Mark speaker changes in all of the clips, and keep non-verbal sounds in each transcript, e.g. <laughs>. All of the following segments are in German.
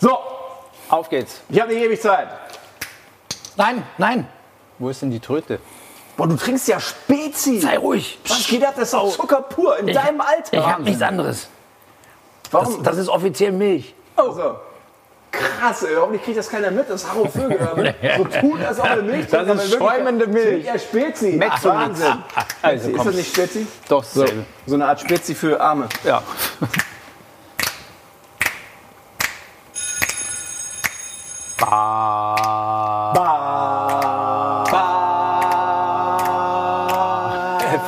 Speaker 1: So,
Speaker 2: Auf geht's.
Speaker 1: ich habe nicht ewig Zeit.
Speaker 2: Nein, nein. Wo ist denn die Tröte?
Speaker 1: Boah, du trinkst ja Spezi.
Speaker 2: Sei ruhig.
Speaker 1: Was geht ab? Das ist doch Zucker pur in deinem Alter.
Speaker 2: Ich habe nichts anderes. Das,
Speaker 1: Warum?
Speaker 2: das ist offiziell Milch.
Speaker 1: oh. so. Krass, ey, hoffentlich kriegt das keiner mit, dass Harro Vögel
Speaker 2: <laughs>
Speaker 1: so tun, als ob er Milch
Speaker 2: Das ist schäumende Milch.
Speaker 1: Ja, Spezi.
Speaker 2: Mezzo.
Speaker 1: Wahnsinn.
Speaker 2: Also
Speaker 1: ist
Speaker 2: komm.
Speaker 1: das nicht Spezi?
Speaker 2: Doch,
Speaker 1: So,
Speaker 2: dasselbe.
Speaker 1: so eine Art Spezi für Arme.
Speaker 2: Ja. Bah.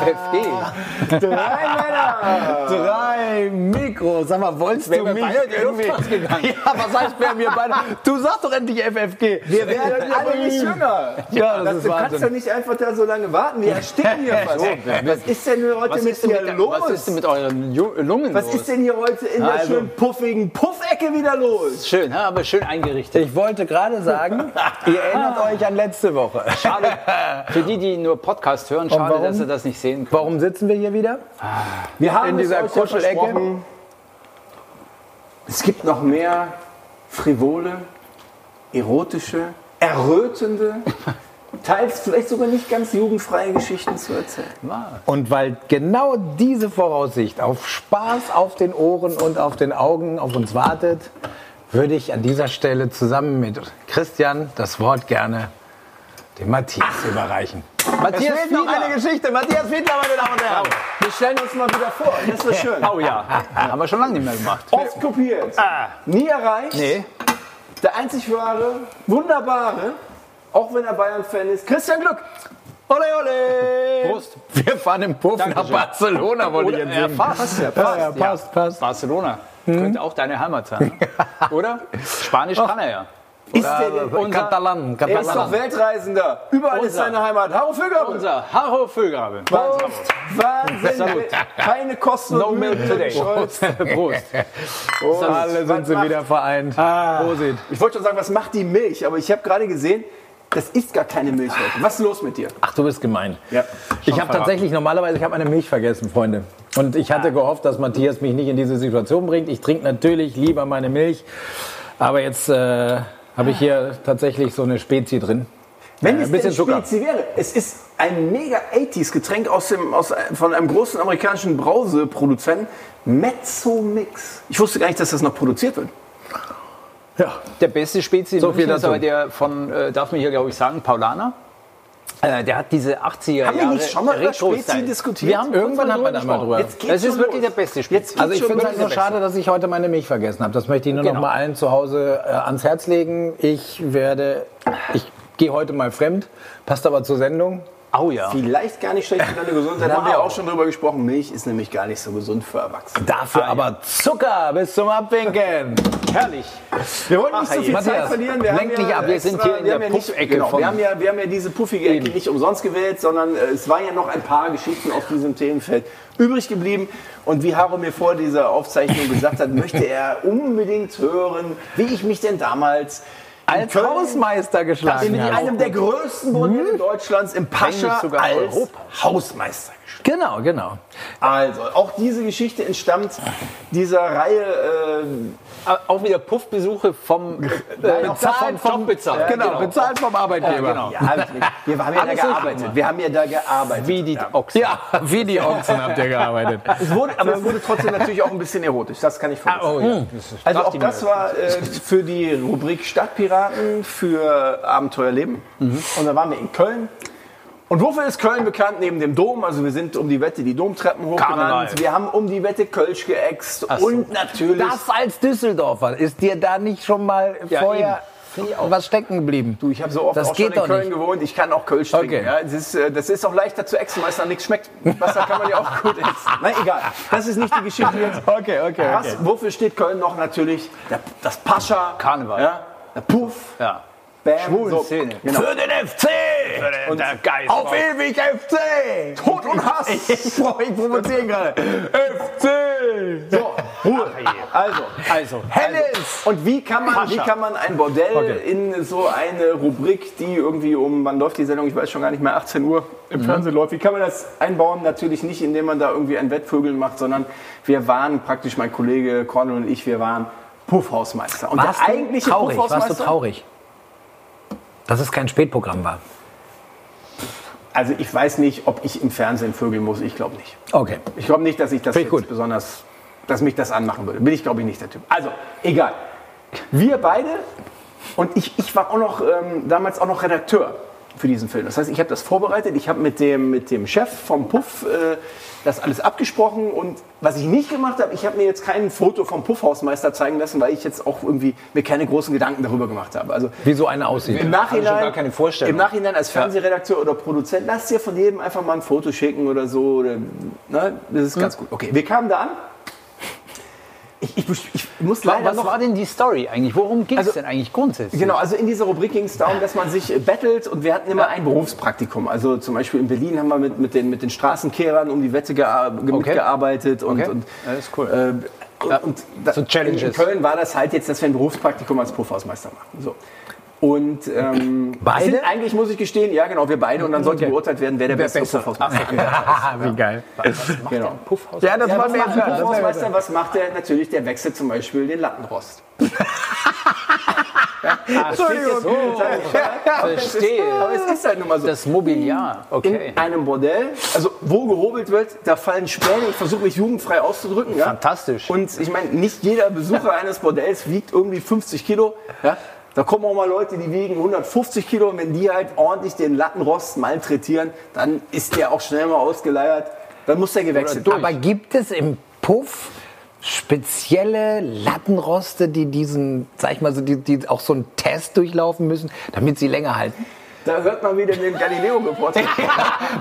Speaker 2: FFG.
Speaker 1: Drei Männer.
Speaker 2: Drei Mikros. Sag mal, wolltest
Speaker 1: du mich irgendwie-
Speaker 2: Ja, was heißt, wer mir beide... Du sagst doch endlich FFG.
Speaker 1: Wir werden alle nicht jünger.
Speaker 2: Ja, das
Speaker 1: Das,
Speaker 2: ist
Speaker 1: du kannst
Speaker 2: Wahnsinn.
Speaker 1: doch nicht einfach da so lange warten. Wir ersticken <laughs> hier fast. Was ist denn hier heute
Speaker 2: Was
Speaker 1: mit
Speaker 2: ist, denn
Speaker 1: dir
Speaker 2: mit,
Speaker 1: los?
Speaker 2: was ist denn mit euren Ju- Lungen
Speaker 1: Was
Speaker 2: los?
Speaker 1: ist denn hier heute in der
Speaker 2: Also.
Speaker 1: schönen puffigen Puffecke wieder los?
Speaker 2: Schön, ja, aber schön eingerichtet.
Speaker 3: Ich wollte gerade
Speaker 2: <laughs>
Speaker 3: sagen, ihr erinnert euch an letzte Woche.
Speaker 2: Schade. Für die, die nur Podcast hören, schade,
Speaker 3: warum?
Speaker 2: dass sie das nicht sehen können.
Speaker 3: Warum sitzen wir hier wieder?
Speaker 1: Wir haben
Speaker 3: In
Speaker 1: es
Speaker 3: dieser
Speaker 1: euch ja
Speaker 3: Kuschelecke?
Speaker 1: versprochen. Es gibt noch mehr frivole, erotische, errötende, teils vielleicht sogar nicht ganz jugendfreie Geschichten zu erzählen.
Speaker 3: Und weil genau diese Voraussicht auf Spaß auf den Ohren und auf den Augen auf uns wartet, würde ich an dieser Stelle zusammen mit Christian das Wort gerne dem Matthias überreichen. Matthias
Speaker 1: fehlt noch eine
Speaker 3: Geschichte. Matthias Fiedler, meine Damen und Herren.
Speaker 1: Wir stellen uns mal wieder vor, das <laughs> ist schön.
Speaker 2: Oh ja, haben wir schon lange nicht mehr gemacht.
Speaker 1: Oft kopiert, nie erreicht.
Speaker 2: Ah. Nee.
Speaker 1: Der einzig wahre, wunderbare, auch wenn er Bayern-Fan ist, Christian Glück. Ole, ole!
Speaker 2: Prost.
Speaker 3: Wir fahren im Puff nach
Speaker 2: Dankeschön.
Speaker 3: Barcelona, Äh, wollte ich
Speaker 2: Oder-
Speaker 3: jetzt
Speaker 2: ja,
Speaker 3: singen.
Speaker 2: fast.
Speaker 1: Ja,
Speaker 3: Ja,
Speaker 1: passt.
Speaker 3: ja, passt, passt. Hm?
Speaker 2: Barcelona. Könnte auch deine
Speaker 3: <laughs>
Speaker 2: Heimat sein. Oder? Spanisch kann er ja.
Speaker 1: Ist der denn
Speaker 2: Unser-
Speaker 3: Katalan,
Speaker 1: Er ist doch
Speaker 3: Katalan.
Speaker 1: Weltreisender. Überall ist
Speaker 2: Unser-
Speaker 1: seine Heimat. Haro Vögel.
Speaker 2: Unser Harro Füllgrabe.
Speaker 1: Prost. Wahnsinn.
Speaker 2: Salut.
Speaker 1: Keine Kosten.
Speaker 2: No
Speaker 1: und Mühen,
Speaker 2: milk today. <laughs>
Speaker 1: Scholz.
Speaker 2: Prost.
Speaker 3: Alle sind sie wieder vereint. Prosit.
Speaker 1: Ich wollte schon sagen, was macht die Milch? Aber ich habe gerade gesehen, das ist gar keine Milch heute. Was ist los mit dir?
Speaker 3: Ach, du bist gemein.
Speaker 1: Ja.
Speaker 3: Ich habe tatsächlich normalerweise, ich habe meine Milch vergessen, Freunde. Und ich hatte gehofft, dass Matthias mich nicht in diese Situation bringt. Ich trinke natürlich lieber meine Milch. Aber jetzt äh, habe ich hier tatsächlich so eine Spezi drin.
Speaker 1: Wenn
Speaker 3: Ja,
Speaker 1: es
Speaker 3: Äh, ein bisschen
Speaker 1: denn
Speaker 3: Zucker.
Speaker 1: Spezi wäre, es ist ein mega 80s Getränk aus dem, aus, von einem großen amerikanischen Brauseproduzenten, Mezzo Mix. Ich wusste gar nicht, dass das noch produziert wird.
Speaker 3: Ja.
Speaker 2: Der beste Spezi
Speaker 3: So viel
Speaker 2: München ist
Speaker 3: dazu.
Speaker 2: aber der von, äh, darf man hier glaube ich sagen, Paulaner. Äh, der hat diese 80er
Speaker 1: Haben wir
Speaker 2: Jahre
Speaker 1: nicht schon mal über
Speaker 2: Retro-Style.
Speaker 1: Spezi diskutiert?
Speaker 2: Wir haben
Speaker 3: Irgendwann hat
Speaker 2: kurz
Speaker 3: man da mal
Speaker 2: gesprochen.
Speaker 3: drüber.
Speaker 1: Jetzt geht's
Speaker 2: Das ist
Speaker 1: schon
Speaker 2: wirklich
Speaker 1: los.
Speaker 2: der beste Spezi.
Speaker 1: Jetzt geht's
Speaker 3: Also ich
Speaker 1: schon
Speaker 3: finde es
Speaker 1: los.
Speaker 3: halt nur schade, dass ich heute meine Milch vergessen habe. Das möchte ich nur
Speaker 2: Genau.
Speaker 3: noch mal allen zu Hause äh, ans Herz legen. Ich werde, ich gehe heute mal fremd, passt aber zur Sendung.
Speaker 2: Au ja.
Speaker 1: Vielleicht gar nicht schlecht für deine Gesundheit. haben wir auch schon drüber gesprochen. Milch ist nämlich gar nicht so gesund für Erwachsene.
Speaker 3: Dafür aber Zucker bis zum Abwinken.
Speaker 2: Herrlich.
Speaker 1: Wir wollen nicht so viel
Speaker 3: Matthias,
Speaker 1: Zeit verlieren. Wir
Speaker 3: lenk
Speaker 1: haben
Speaker 3: dich
Speaker 1: ja
Speaker 3: ab. Wir
Speaker 1: extra-
Speaker 2: sind hier
Speaker 1: wir
Speaker 2: in der
Speaker 1: haben ja nicht-
Speaker 2: Puffecke
Speaker 1: Genau,
Speaker 2: von-
Speaker 1: wir, haben ja, wir haben ja diese puffige Ecke nicht umsonst gewählt, sondern äh, es waren ja noch ein paar Geschichten aus diesem Themenfeld übrig geblieben. Und wie Haro mir vor dieser Aufzeichnung gesagt hat, möchte er unbedingt hören, wie ich mich denn damals in
Speaker 3: Als
Speaker 1: Köln-
Speaker 3: Hausmeister geschlagen
Speaker 1: in
Speaker 3: habe. Hm?
Speaker 1: einem der größten Brunnen Deutschlands, im Pascha,
Speaker 2: Eigentlich sogar
Speaker 1: als
Speaker 2: Europa.
Speaker 1: Hausmeister geschlagen.
Speaker 3: Genau, genau.
Speaker 1: Also, auch diese Geschichte entstammt dieser Reihe. äh,
Speaker 2: Aber Auch wieder Puffbesuche
Speaker 3: <laughs>
Speaker 2: vom äh,
Speaker 3: Bezahlt vom-
Speaker 2: Jobbezahlt.
Speaker 3: Genau, bezahlt vom Arbeitgeber.
Speaker 2: Ja,
Speaker 1: Äh,
Speaker 2: genau.
Speaker 1: ja, hab ich nicht. wir haben ja da
Speaker 2: Alles
Speaker 1: gearbeitet.
Speaker 2: durchgemacht.
Speaker 1: Wir haben ja da gearbeitet.
Speaker 2: Wie die Ochsen.
Speaker 3: Ja, <laughs> wie die Ochsen habt ihr gearbeitet. <laughs>
Speaker 1: Es wurde, aber es wurde trotzdem natürlich auch ein bisschen erotisch. Das kann ich verstehen.
Speaker 3: Oh, Hm.
Speaker 1: Also auch das war äh, für die Rubrik Stadtpiraten für Abenteuerleben. Mhm. Und da waren wir in Köln. Und wofür ist Köln bekannt? Neben dem Dom, also wir sind um die Wette die Domtreppen hochgerannt.
Speaker 2: Karneval.
Speaker 1: Wir haben um die Wette Kölsch geäxt.
Speaker 2: so.
Speaker 1: Und natürlich...
Speaker 3: Das als Düsseldorfer, ist dir da nicht schon mal
Speaker 2: Ja,
Speaker 3: vorher was stecken geblieben?
Speaker 1: Du, ich habe so oft
Speaker 3: Das
Speaker 1: auch schon
Speaker 3: geht
Speaker 1: in
Speaker 3: doch
Speaker 1: Köln
Speaker 3: nicht.
Speaker 1: gewohnt, ich kann auch Kölsch trinken.
Speaker 3: Okay.
Speaker 1: Ja, das, ist, äh, das ist auch leichter zu exen, weil es dann nichts schmeckt. Wasser kann man ja auch gut essen. Nein, egal. Das ist nicht die Geschichte <laughs> jetzt.
Speaker 3: Okay, okay,
Speaker 1: Was,
Speaker 3: okay.
Speaker 1: Wofür steht Köln noch natürlich? Der- Das Pascha.
Speaker 2: Karneval.
Speaker 1: Ja, der Puff.
Speaker 2: Ja.
Speaker 1: Bam,
Speaker 2: Schwulen Szene.
Speaker 1: Genau.
Speaker 3: Für den FC!
Speaker 2: Und der Geist.
Speaker 3: Auf ewig FC!
Speaker 1: Tod und Hass.
Speaker 3: Ich, brauche- ich provoziere gerade. FC!
Speaker 1: So, Ruhe. Also,
Speaker 2: Also,
Speaker 3: Hennis!
Speaker 1: und wie kann man, wie
Speaker 2: Pascha.
Speaker 1: kann man ein Bordell
Speaker 3: Okay.
Speaker 1: in so eine Rubrik, die irgendwie um, wann läuft die Sendung, ich weiß schon gar nicht mehr, 18 Uhr
Speaker 3: Mhm.
Speaker 1: im Fernsehen läuft, wie kann man das einbauen? Natürlich nicht, indem man da irgendwie ein Wettvögeln macht, sondern wir waren praktisch, mein Kollege Cornel und ich, wir waren Puffhausmeister. Und
Speaker 3: Warst
Speaker 1: der
Speaker 3: du
Speaker 1: eigentliche
Speaker 3: traurig? Warst du
Speaker 1: Puffhausmeister.
Speaker 3: traurig? Dass es kein Spätprogramm war.
Speaker 1: also ich weiß nicht, ob ich im Fernsehen vögeln muss. Ich glaube nicht.
Speaker 3: Okay.
Speaker 1: Ich glaube nicht, dass ich das
Speaker 3: Finde
Speaker 1: jetzt
Speaker 3: ich gut.
Speaker 1: besonders, dass mich das anmachen würde. Bin ich, glaube ich, nicht der Typ. Also, egal. Wir beide und ich, ich war auch noch ähm, damals auch noch Redakteur für diesen Film. Das heißt, ich habe das vorbereitet, ich habe mit dem, mit dem Chef vom Puff äh, das alles abgesprochen und was ich nicht gemacht habe, ich habe mir jetzt kein Foto vom Puffhausmeister zeigen lassen, weil ich jetzt auch irgendwie mir keine großen Gedanken darüber gemacht habe. Also
Speaker 3: Wie so eine aussieht.
Speaker 1: im
Speaker 2: ich
Speaker 1: Nachhinein,
Speaker 2: schon gar keine Vorstellung.
Speaker 1: Im Nachhinein als Fernsehredakteur oder Produzent, lass dir von jedem einfach mal ein Foto schicken oder so. Oder, ne? Das ist
Speaker 2: Hm.
Speaker 1: ganz gut. Okay, wir kamen da an. Ich, ich, ich muss leider
Speaker 2: Was
Speaker 1: noch
Speaker 2: war denn die Story eigentlich? Worum ging es
Speaker 1: Also-
Speaker 2: denn eigentlich grundsätzlich?
Speaker 1: Genau, also in dieser Rubrik ging es darum, dass man sich äh, bettelt und wir hatten immer ein Berufspraktikum. Also zum Beispiel in Berlin haben wir mit, mit, den, mit den Straßenkehrern um die Wette gea ge-
Speaker 2: Okay.
Speaker 1: mitgearbeitet. Und,
Speaker 2: Okay.
Speaker 1: und,
Speaker 2: Ja, das ist cool.
Speaker 1: äh, und, und da,
Speaker 2: so Challenges.
Speaker 1: In Köln war das halt jetzt, dass wir ein Berufspraktikum als Puffhausmeister machen. So. Und ähm,
Speaker 3: Beide?
Speaker 1: es Sind, eigentlich muss ich gestehen, ja genau, wir beide. Und dann sollte
Speaker 3: Okay.
Speaker 1: beurteilt werden, wer der
Speaker 3: Wer
Speaker 1: beste
Speaker 3: besser.
Speaker 1: Puffhausmeister ist.
Speaker 3: Wie geil.
Speaker 1: Genau.
Speaker 2: Puffhaus.
Speaker 3: Ja, das
Speaker 1: Ja,
Speaker 3: war
Speaker 1: was
Speaker 3: mir
Speaker 1: macht der Puffhausmeister?
Speaker 3: klar.
Speaker 1: Was macht der? Natürlich, der wechselt zum Beispiel den Lattenrost.
Speaker 3: Entschuldigung.
Speaker 1: <laughs>
Speaker 2: Verstehe.
Speaker 1: Aber es ist halt nun mal so.
Speaker 2: Das Mobiliar. Okay.
Speaker 1: in einem Bordell, also wo gehobelt wird, da fallen Späne. Ich versuche mich jugendfrei auszudrücken. Ja?
Speaker 2: Fantastisch.
Speaker 1: Und ich meine, nicht jeder Besucher eines Bordells wiegt irgendwie 50 Kilo. Ja? Da kommen auch mal Leute, die wiegen 150 Kilo. Und wenn die halt ordentlich den Lattenrost malträtieren, dann ist der auch schnell mal ausgeleiert. Dann muss der gewechselt werden.
Speaker 3: Aber gibt es im Puff spezielle Lattenroste, die diesen, sag ich mal, so, die, die auch so einen Test durchlaufen müssen, damit sie länger halten?
Speaker 1: Da hört man wieder den
Speaker 2: <laughs>
Speaker 1: Galileo-Reporter.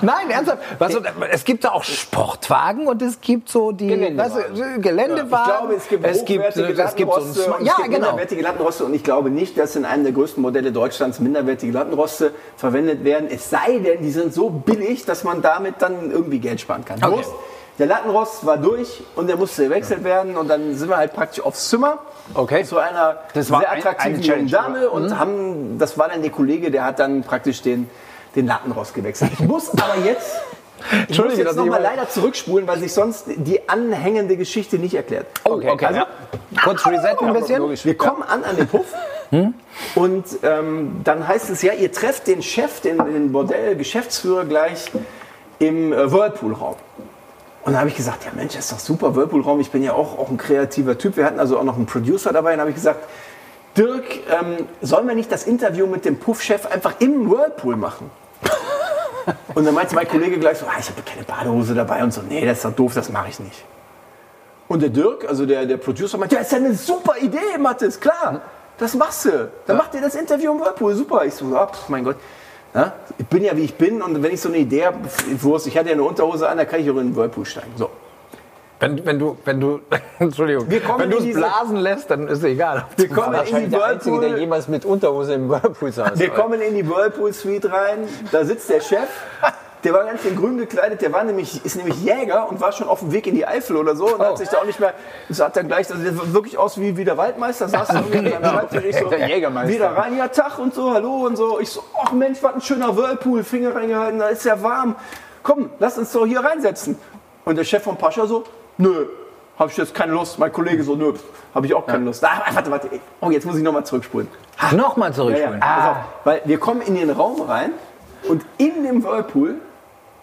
Speaker 3: Nein, ernsthaft. Was, so- es gibt da auch Sportwagen und es gibt so die
Speaker 2: Geländewagen.
Speaker 3: weißt du, Geländewagen.
Speaker 1: Ich glaube, es gibt
Speaker 3: es gibt, äh,
Speaker 1: hochwertige
Speaker 3: es gibt so ein
Speaker 1: Lattenroste
Speaker 3: Smart
Speaker 1: und
Speaker 3: Ja,
Speaker 1: es gibt
Speaker 3: genau.
Speaker 1: minderwertige Lattenroste und ich glaube nicht, dass in einem der größten Modelle Deutschlands minderwertige Lattenroste verwendet werden. Es sei denn, die sind so billig, dass man damit dann irgendwie Geld sparen kann.
Speaker 3: Okay.
Speaker 1: Bloß, Der Lattenrost war durch und der musste gewechselt werden und dann sind wir halt praktisch aufs Zimmer
Speaker 2: Okay.
Speaker 1: zu einer
Speaker 2: Das war
Speaker 1: sehr
Speaker 2: ein-
Speaker 1: attraktiven
Speaker 2: eine Challenge,
Speaker 1: jungen Dame und
Speaker 3: Mhm.
Speaker 1: haben, das war dann der Kollege, der hat dann praktisch den, den Lattenrost gewechselt. Ich muss aber jetzt ich muss
Speaker 3: Entschuldigung, dass
Speaker 1: jetzt
Speaker 3: ich
Speaker 1: nochmal
Speaker 3: mal-
Speaker 1: leider zurückspulen, weil sich sonst die anhängende Geschichte nicht erklärt.
Speaker 3: Okay, <laughs> also kurz resetten ein bisschen.
Speaker 1: Wir kommen an an den Puff und ähm, dann heißt es ja, ihr trefft den Chef, den, den Bordell-Geschäftsführer gleich im äh, Whirlpool-Raum. Und da habe ich gesagt, ja Mensch, das ist doch super, Whirlpool-Raum, ich bin ja auch, auch ein kreativer Typ. Wir hatten also auch noch einen Producer dabei. Und habe ich gesagt, Dirk, ähm, sollen wir nicht das Interview mit dem Puff-Chef einfach im Whirlpool machen? Und dann meinte mein Kollege gleich so, ah, ich habe keine Badehose dabei und so, nee, das ist doch doof, das mache ich nicht. Und der Dirk, also der, der Producer, meinte, ja, ist ja eine super Idee, Mathis, klar, das machst du. Dann macht ihr das Interview im Whirlpool, super. Ich so, ah, pf, mein Gott, Na, ich bin ja wie ich bin und wenn ich so eine Idee habe, pf, Wurst, ich hatte ja eine Unterhose an, da kann ich auch in den Whirlpool steigen. So.
Speaker 3: Wenn, wenn du, wenn du, <laughs> Entschuldigung,
Speaker 1: Wir kommen
Speaker 3: wenn du
Speaker 1: in
Speaker 3: es
Speaker 1: diese-
Speaker 3: blasen lässt, dann ist egal.
Speaker 1: Wir kommen in die
Speaker 2: Wahrscheinlich der Einzige, der
Speaker 1: Whirlpool.
Speaker 2: jemals mit Unterhose im Whirlpool saß.
Speaker 1: Wir kommen in die Whirlpool-Suite rein, da sitzt der Chef. Der war ganz in grün gekleidet, der war nämlich, ist nämlich Jäger und war schon auf dem Weg in die Eifel oder so
Speaker 2: Oh.
Speaker 1: und hat sich da auch nicht mehr, das hat dann gleich, also der sah wirklich aus wie, wie der Waldmeister, saß da irgendwie an meinem Schreibtisch, ich so,
Speaker 2: Der Jägermeister.
Speaker 1: wieder rein, ja Tag und so, hallo und so. Ich so, ach Mensch, was ein schöner Whirlpool, Finger reingehalten, da ist ja warm. Komm, lass uns doch hier reinsetzen. Und der Chef von Pascha so, nö, hab ich jetzt keine Lust. Mein Kollege so, nö, hab ich auch keine Lust. Ah, warte, warte, oh, jetzt muss ich nochmal zurückspulen.
Speaker 3: Ah, Nochmal
Speaker 1: Ja, ja.
Speaker 3: zurückspulen.
Speaker 1: Pass auf, weil wir kommen in den Raum rein und in dem Whirlpool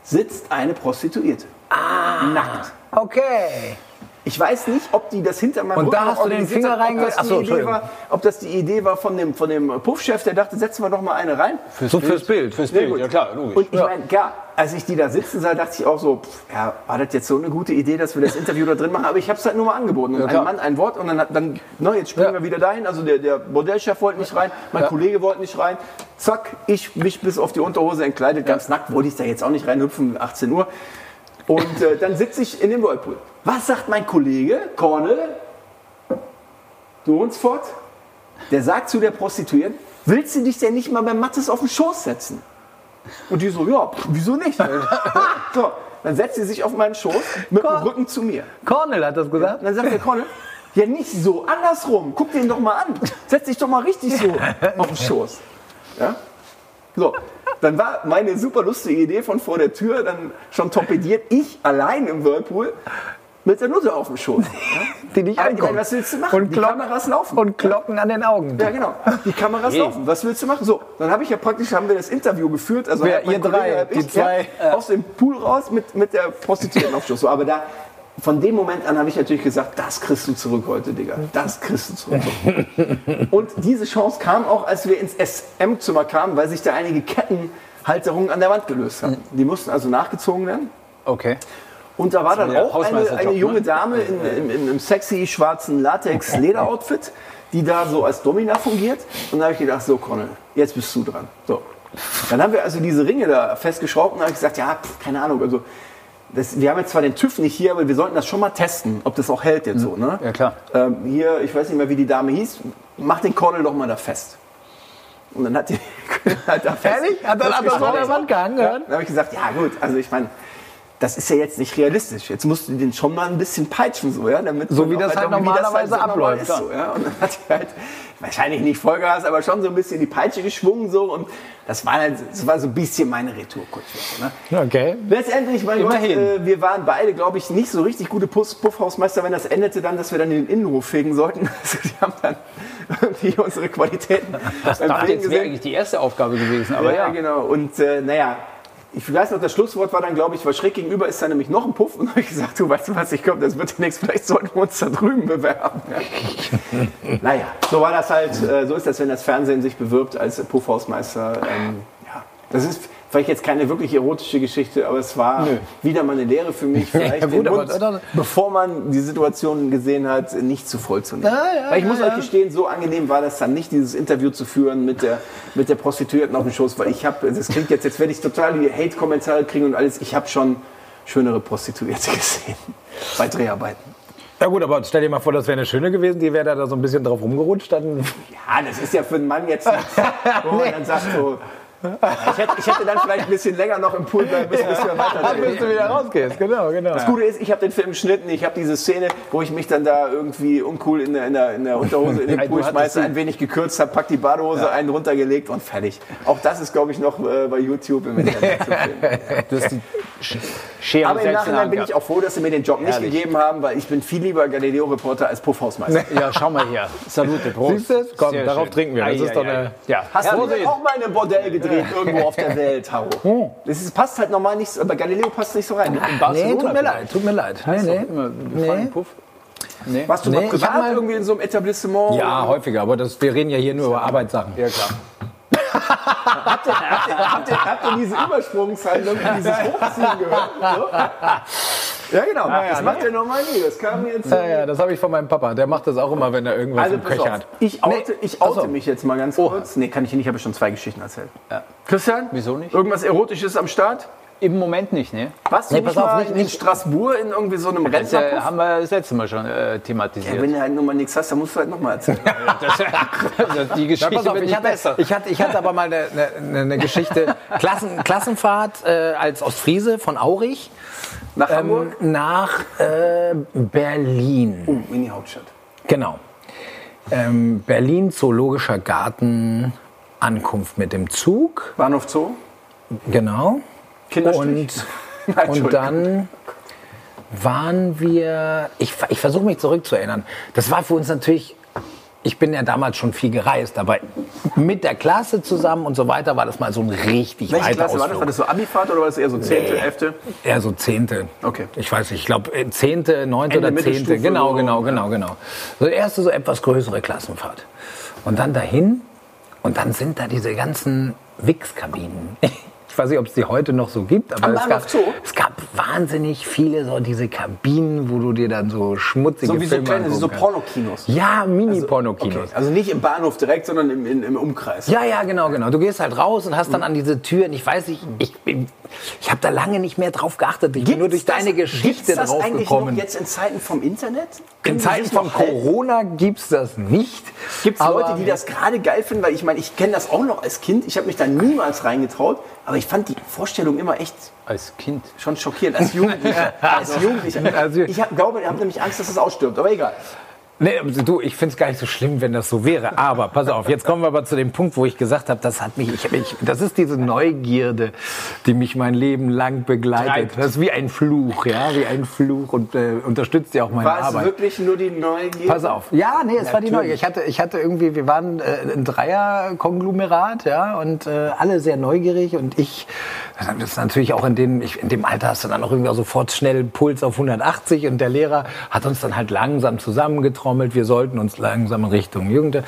Speaker 1: sitzt eine Prostituierte. Nackt.
Speaker 3: Ah, Okay.
Speaker 1: Ich weiß nicht, ob die das hinter meinem
Speaker 3: Und da
Speaker 1: Rücken
Speaker 3: hast du den
Speaker 1: organisiert
Speaker 3: Finger
Speaker 1: hat, ob,
Speaker 3: reinge-
Speaker 1: das
Speaker 3: Ach so,
Speaker 1: die Idee
Speaker 3: Entschuldigung.
Speaker 1: war, ob das die Idee war von dem, von dem Puffchef, der dachte, setzen wir doch mal eine rein.
Speaker 3: so fürs Bild.
Speaker 2: Fürs
Speaker 1: Sehr
Speaker 2: Bild,
Speaker 1: gut.
Speaker 2: ja klar, logisch.
Speaker 1: Und ich meine, ja, als ich die da sitzen sah, dachte ich auch so, pff, ja, war das jetzt so eine gute Idee, dass wir das Interview da drin machen? Aber ich habe es halt nur mal angeboten. Und ein
Speaker 2: klar.
Speaker 1: Mann, ein Wort und dann, hat- dann ne, jetzt springen
Speaker 3: Ja.
Speaker 1: wir wieder dahin. Also der, der Bordellchef wollte nicht rein, mein Kollege wollte nicht rein. Zack, ich mich bis auf die Unterhose entkleidet, ganz nackt, wollte ich da jetzt auch nicht reinhüpfen, 18 Uhr. Und äh, dann sitze ich in dem Whirlpool. Was sagt mein Kollege, Cornel, Dornsfort? Der sagt zu der Prostituierten, willst du dich denn nicht mal bei Mattes auf den Schoß setzen? Und die so, ja, pf, wieso nicht? <laughs> so, dann setzt sie sich auf meinen Schoß mit dem Rücken zu mir.
Speaker 3: Cornel hat das gesagt.
Speaker 1: Und dann sagt der Conne, ja nicht so, andersrum, guck den doch mal an. Setz dich doch mal richtig so auf den Schoß. Ja? So, dann war meine super lustige Idee von vor der Tür dann schon torpediert, ich allein im Whirlpool. mit der Nutte auf dem Schoß.
Speaker 3: die nicht
Speaker 1: Aber ich meine,
Speaker 3: ankommen.
Speaker 1: was willst du machen?
Speaker 3: Und
Speaker 1: die
Speaker 3: Glocken-
Speaker 1: Kameras laufen.
Speaker 3: Und Glocken an den Augen.
Speaker 1: ja, genau. Die Kameras laufen. Was willst du machen? So, dann habe ich ja praktisch, haben wir das Interview geführt. Also
Speaker 3: Wer-
Speaker 1: halb mein
Speaker 3: ihr drei,
Speaker 1: halb
Speaker 3: die zwei,
Speaker 1: Ja, <laughs> aus dem Pool raus mit, mit der Prostituierten auf Schoß. So, aber da, von dem Moment an habe ich natürlich gesagt, das kriegst du zurück heute, Digga. Das kriegst du zurück.
Speaker 3: <laughs>
Speaker 1: Und diese Chance kam auch, als wir ins SM-Zimmer kamen, weil sich da einige Kettenhalterungen an der Wand gelöst haben.
Speaker 3: Äh.
Speaker 1: Die mussten also nachgezogen werden.
Speaker 2: Okay.
Speaker 1: Und da war dann
Speaker 2: ja
Speaker 1: auch eine,
Speaker 2: Hausmeisterjob,
Speaker 1: eine junge
Speaker 2: ne?
Speaker 1: Dame in, in, in einem sexy schwarzen Latex-Lederoutfit, die da so als Domina fungiert. Und da habe ich gedacht, so Connell, jetzt bist du dran. So. Dann haben wir also diese Ringe da festgeschraubt und habe ich gesagt, ja, pf, keine Ahnung. Also, das, wir haben jetzt zwar den TÜV nicht hier, aber wir sollten das schon mal testen, ob das auch hält jetzt so. Ne?
Speaker 2: Ja, klar.
Speaker 1: Ähm, hier, ich weiß nicht mehr, wie die Dame hieß, mach den Connell doch mal da fest. Und dann hat die <laughs> hat da fest.
Speaker 3: Ehrlich? Hat dann aber vor der Wand gehangen?
Speaker 1: Ja, dann habe ich gesagt, ja gut, also ich meine, das ist ja jetzt nicht realistisch. Jetzt musst du den schon mal ein bisschen peitschen, so, ja? Damit
Speaker 3: So
Speaker 1: man
Speaker 3: wie
Speaker 1: auch
Speaker 3: das halt
Speaker 1: wie
Speaker 3: normalerweise
Speaker 1: so normal
Speaker 3: abläuft,
Speaker 1: Ist, so, ja? Und dann hat die halt wahrscheinlich nicht Vollgas, aber schon so ein bisschen die Peitsche geschwungen so und das war, halt, das war so ein bisschen meine Retourkutsche. So, ne?
Speaker 3: Okay.
Speaker 1: Letztendlich, mein
Speaker 2: Immerhin.
Speaker 1: Gott, äh, wir waren beide, glaube ich, nicht so richtig gute Puss Puffhausmeister, wenn das endete dann, dass wir dann in den Innenhof fegen sollten. <laughs> Also die haben dann irgendwie unsere Qualitäten
Speaker 2: Das
Speaker 1: beim
Speaker 2: dachte
Speaker 1: Fegen
Speaker 2: jetzt wäre
Speaker 1: gesehen.
Speaker 2: eigentlich die erste Aufgabe gewesen, aber
Speaker 1: ja,
Speaker 2: ja.
Speaker 1: genau. Und äh, naja, ich weiß noch, das Schlusswort war dann, glaube ich, weil schräg gegenüber ist da nämlich noch ein Puff. Und <laughs> habe ich gesagt, du weißt du was, ich glaube, das wird nichts. Vielleicht sollten wir uns da drüben bewerben. Ja. naja, so war das halt. Äh, so ist das, wenn das Fernsehen sich bewirbt als äh, Puffhausmeister. Ähm, ja, das ist vielleicht jetzt keine wirklich erotische Geschichte, aber es war wieder mal eine Lehre
Speaker 3: <laughs>
Speaker 1: für mich. Vielleicht
Speaker 3: Ja, gut,
Speaker 1: den
Speaker 3: aber
Speaker 1: Mund,
Speaker 3: dann-
Speaker 1: bevor man die Situation gesehen hat, nicht zu voll zu nehmen.
Speaker 3: Ja, ja,
Speaker 1: weil ich
Speaker 3: ja,
Speaker 1: muss
Speaker 3: ja.
Speaker 1: euch gestehen, so angenehm war das dann nicht, dieses Interview zu führen mit der, mit der Prostituierten auf dem Schoß, weil ich habe, das klingt jetzt, jetzt werde ich total die Hate-Kommentare kriegen und alles, ich habe schon schönere Prostituierte <laughs> gesehen bei Dreharbeiten.
Speaker 3: Ja gut, aber stell dir mal vor, das wäre eine schöne gewesen, die wäre da, da so ein bisschen drauf rumgerutscht. Dann
Speaker 1: Ja, Ah, das ist ja für einen Mann jetzt nichts. Wo
Speaker 2: <laughs>
Speaker 1: man dann sagt so, ich hätte, ich hätte dann vielleicht ein bisschen länger noch im Pool bleiben müssen, bis wir weiter
Speaker 3: bis du wieder rausgehst, genau, genau.
Speaker 1: Das Gute ist, ich habe den Film geschnitten, ich habe diese Szene, wo ich mich dann da irgendwie uncool in der, in der, in der Unterhose
Speaker 2: <laughs>
Speaker 1: in den
Speaker 2: Ey, du
Speaker 1: Pool
Speaker 2: hattest
Speaker 1: schmeiße,
Speaker 2: sie.
Speaker 1: ein wenig gekürzt habe, pack die Badehose einen runtergelegt und fertig. Auch das ist, glaube ich, noch äh, bei YouTube im Internet
Speaker 2: <laughs>
Speaker 1: zu finden.
Speaker 2: Du hast die Sch- Schere
Speaker 1: Aber im
Speaker 2: selbst in der
Speaker 1: Nachhinein
Speaker 2: Hand
Speaker 1: bin ich auch froh, dass sie mir den Job nicht
Speaker 2: Herrlich.
Speaker 1: gegeben haben, weil ich bin viel lieber Galileo-Reporter als Puffhausmeister.
Speaker 2: gehabt. Ja, schau mal hier. Salute, Prost.
Speaker 3: Siehst du? Komm,
Speaker 2: Sehr
Speaker 3: darauf
Speaker 2: schön.
Speaker 3: trinken wir. Das
Speaker 2: Ei,
Speaker 3: ist doch
Speaker 2: ei, ei.
Speaker 3: eine-
Speaker 2: Ja.
Speaker 1: Hast du
Speaker 2: Herrlich.
Speaker 1: denn auch mal in einem Bordell gedreht,
Speaker 3: <laughs>
Speaker 1: irgendwo auf der Welt,
Speaker 3: Hm.
Speaker 1: Haro? Das ist, passt halt normal nicht, so- bei Galileo passt es nicht so rein.
Speaker 2: Barcelona
Speaker 3: Ah, Nee, tut mir
Speaker 2: vielleicht.
Speaker 3: leid, tut mir leid. Nee,
Speaker 2: Doch,
Speaker 3: nee.
Speaker 2: immer gefallen,
Speaker 3: nee.
Speaker 2: Puff.
Speaker 1: Warst du
Speaker 3: Nee,
Speaker 1: mal
Speaker 3: ich hab
Speaker 1: privat
Speaker 3: mal-
Speaker 1: irgendwie in so einem Etablissement?
Speaker 3: Ja, häufiger, aber das, wir reden ja hier nur über Arbeitssachen.
Speaker 2: Ja, klar.
Speaker 1: Habt ihr, habt ihr, habt ihr diese Übersprungshandlung,
Speaker 3: <laughs>
Speaker 1: dieses Hochziehen gehört? So? Ja, genau. das macht ja normal nie. Das kam jetzt.
Speaker 3: Ah, Ja, ja, das habe ich von meinem Papa. Der macht das auch immer, wenn er irgendwas
Speaker 1: also,
Speaker 3: im
Speaker 1: pass
Speaker 3: Köcher
Speaker 1: auf.
Speaker 3: hat.
Speaker 1: Ich oute,
Speaker 3: Nee,
Speaker 1: ich oute
Speaker 3: ach so.
Speaker 1: mich jetzt mal ganz kurz. Nee, kann ich nicht. Ich habe schon zwei Geschichten erzählt. Christian?
Speaker 2: Wieso nicht?
Speaker 1: Irgendwas Erotisches am Start?
Speaker 2: Im Moment nicht, ne?
Speaker 1: Was?
Speaker 3: Nee, pass auf, nicht-
Speaker 1: in
Speaker 3: nicht-
Speaker 1: Straßburg in irgendwie so einem
Speaker 2: Das äh,
Speaker 1: Rentnerpuff?
Speaker 2: haben wir das letzte Mal schon äh, thematisiert.
Speaker 1: Wenn du halt nochmal nichts hast, dann musst du halt nochmal erzählen.
Speaker 2: Das- das- die
Speaker 3: Ja,
Speaker 2: Geschichte
Speaker 3: pass auf,
Speaker 2: wird
Speaker 3: ich,
Speaker 2: nicht
Speaker 3: hatte,
Speaker 2: besser.
Speaker 3: ich, hatte, ich hatte aber mal eine, eine, eine Geschichte. <laughs> Klassen, Klassenfahrt äh, als Ostfriese von Aurich
Speaker 1: Nach
Speaker 3: ähm,
Speaker 1: Hamburg?
Speaker 3: nach äh, Berlin.
Speaker 1: Oh, in die Hauptstadt.
Speaker 3: Genau. Ähm, Berlin, Zoologischer Garten, Ankunft mit dem Zug.
Speaker 1: Bahnhof Zoo?
Speaker 3: Genau.
Speaker 1: Kinderstrich? <laughs> Nein,
Speaker 3: Und
Speaker 1: Entschuldigung.
Speaker 3: dann waren wir, ich, ver- ich versuche mich zurückzuerinnern, das war für uns natürlich, ich bin ja damals schon viel gereist, aber mit der Klasse zusammen und so weiter war das mal so ein richtig
Speaker 1: Welche
Speaker 3: weiter
Speaker 1: Klasse war das? War
Speaker 3: Ausflug.
Speaker 1: das so Abifahrt oder war das eher so 10., 11.?
Speaker 3: Eher so Zehnte.
Speaker 1: Okay.
Speaker 3: Ich weiß nicht, ich glaube äh, Zehnte, Neunte
Speaker 1: Ende
Speaker 3: oder Zehnte.
Speaker 1: Mittelstufe
Speaker 3: Genau,
Speaker 1: so,
Speaker 3: genau,
Speaker 1: ja.
Speaker 3: genau, genau. So die erste so etwas größere Klassenfahrt. Und dann dahin und dann sind da diese ganzen Wix-Kabinen. <laughs> Ich weiß nicht, ob es die heute noch so gibt, aber
Speaker 1: Am
Speaker 3: es
Speaker 1: Bahnhof
Speaker 3: gab,
Speaker 1: Zoo?
Speaker 3: es gab wahnsinnig viele so diese Kabinen, wo du dir dann so schmutzige
Speaker 1: So wie so
Speaker 3: Filme
Speaker 1: kleine,
Speaker 3: angucken
Speaker 1: so
Speaker 3: kannst.
Speaker 1: Pornokinos.
Speaker 3: Ja, Mini-Pornokinos.
Speaker 1: Okay. Also nicht im Bahnhof direkt, sondern im, in, im Umkreis.
Speaker 3: Ja, ja, genau, genau. Du gehst halt raus und hast
Speaker 1: Mhm.
Speaker 3: dann an diese Türen. Ich weiß nicht, ich, bin- ich habe da lange nicht mehr drauf geachtet. Ich bin nur durch deine Geschichte
Speaker 1: das eigentlich noch
Speaker 3: draufgekommen.
Speaker 1: jetzt in Zeiten vom Internet?
Speaker 3: In Zeiten von Corona gibt's das nicht.
Speaker 1: Gibt es
Speaker 3: Aber-
Speaker 1: Leute, die das gerade geil finden? Weil ich meine, ich kenne das auch noch als Kind. Ich habe mich da niemals reingetraut. Aber ich fand die Vorstellung immer echt
Speaker 2: Als Kind.
Speaker 1: schon <laughs> schockierend. Als Jugendlicher. als Jugendlicher.
Speaker 3: Also-
Speaker 1: Ich hab, glaube, ich habe nämlich Angst, dass es ausstirbt. Aber egal.
Speaker 3: Nee, also du, ich finde es gar nicht so schlimm, wenn das so wäre. Aber pass auf, jetzt kommen wir aber zu dem Punkt, wo ich gesagt habe, das hat mich, ich, ich, das ist diese Neugierde, die mich mein Leben lang begleitet.
Speaker 1: Treibt.
Speaker 3: Das ist wie ein Fluch, ja, wie ein Fluch und äh, unterstützt ja auch meine
Speaker 1: War es
Speaker 3: Arbeit.
Speaker 1: wirklich nur die Neugier?
Speaker 3: Pass auf. Ja, nee, es war die Neugier. Ich hatte, ich hatte irgendwie, wir waren äh, ein Dreier-Konglomerat, ja, und äh, alle sehr neugierig und ich, das ist natürlich auch in dem, ich, in dem Alter hast du dann auch irgendwie auch sofort schnell Puls auf 180 und der Lehrer hat uns dann halt langsam zusammengetrommelt, wir sollten uns langsam in Richtung Jugend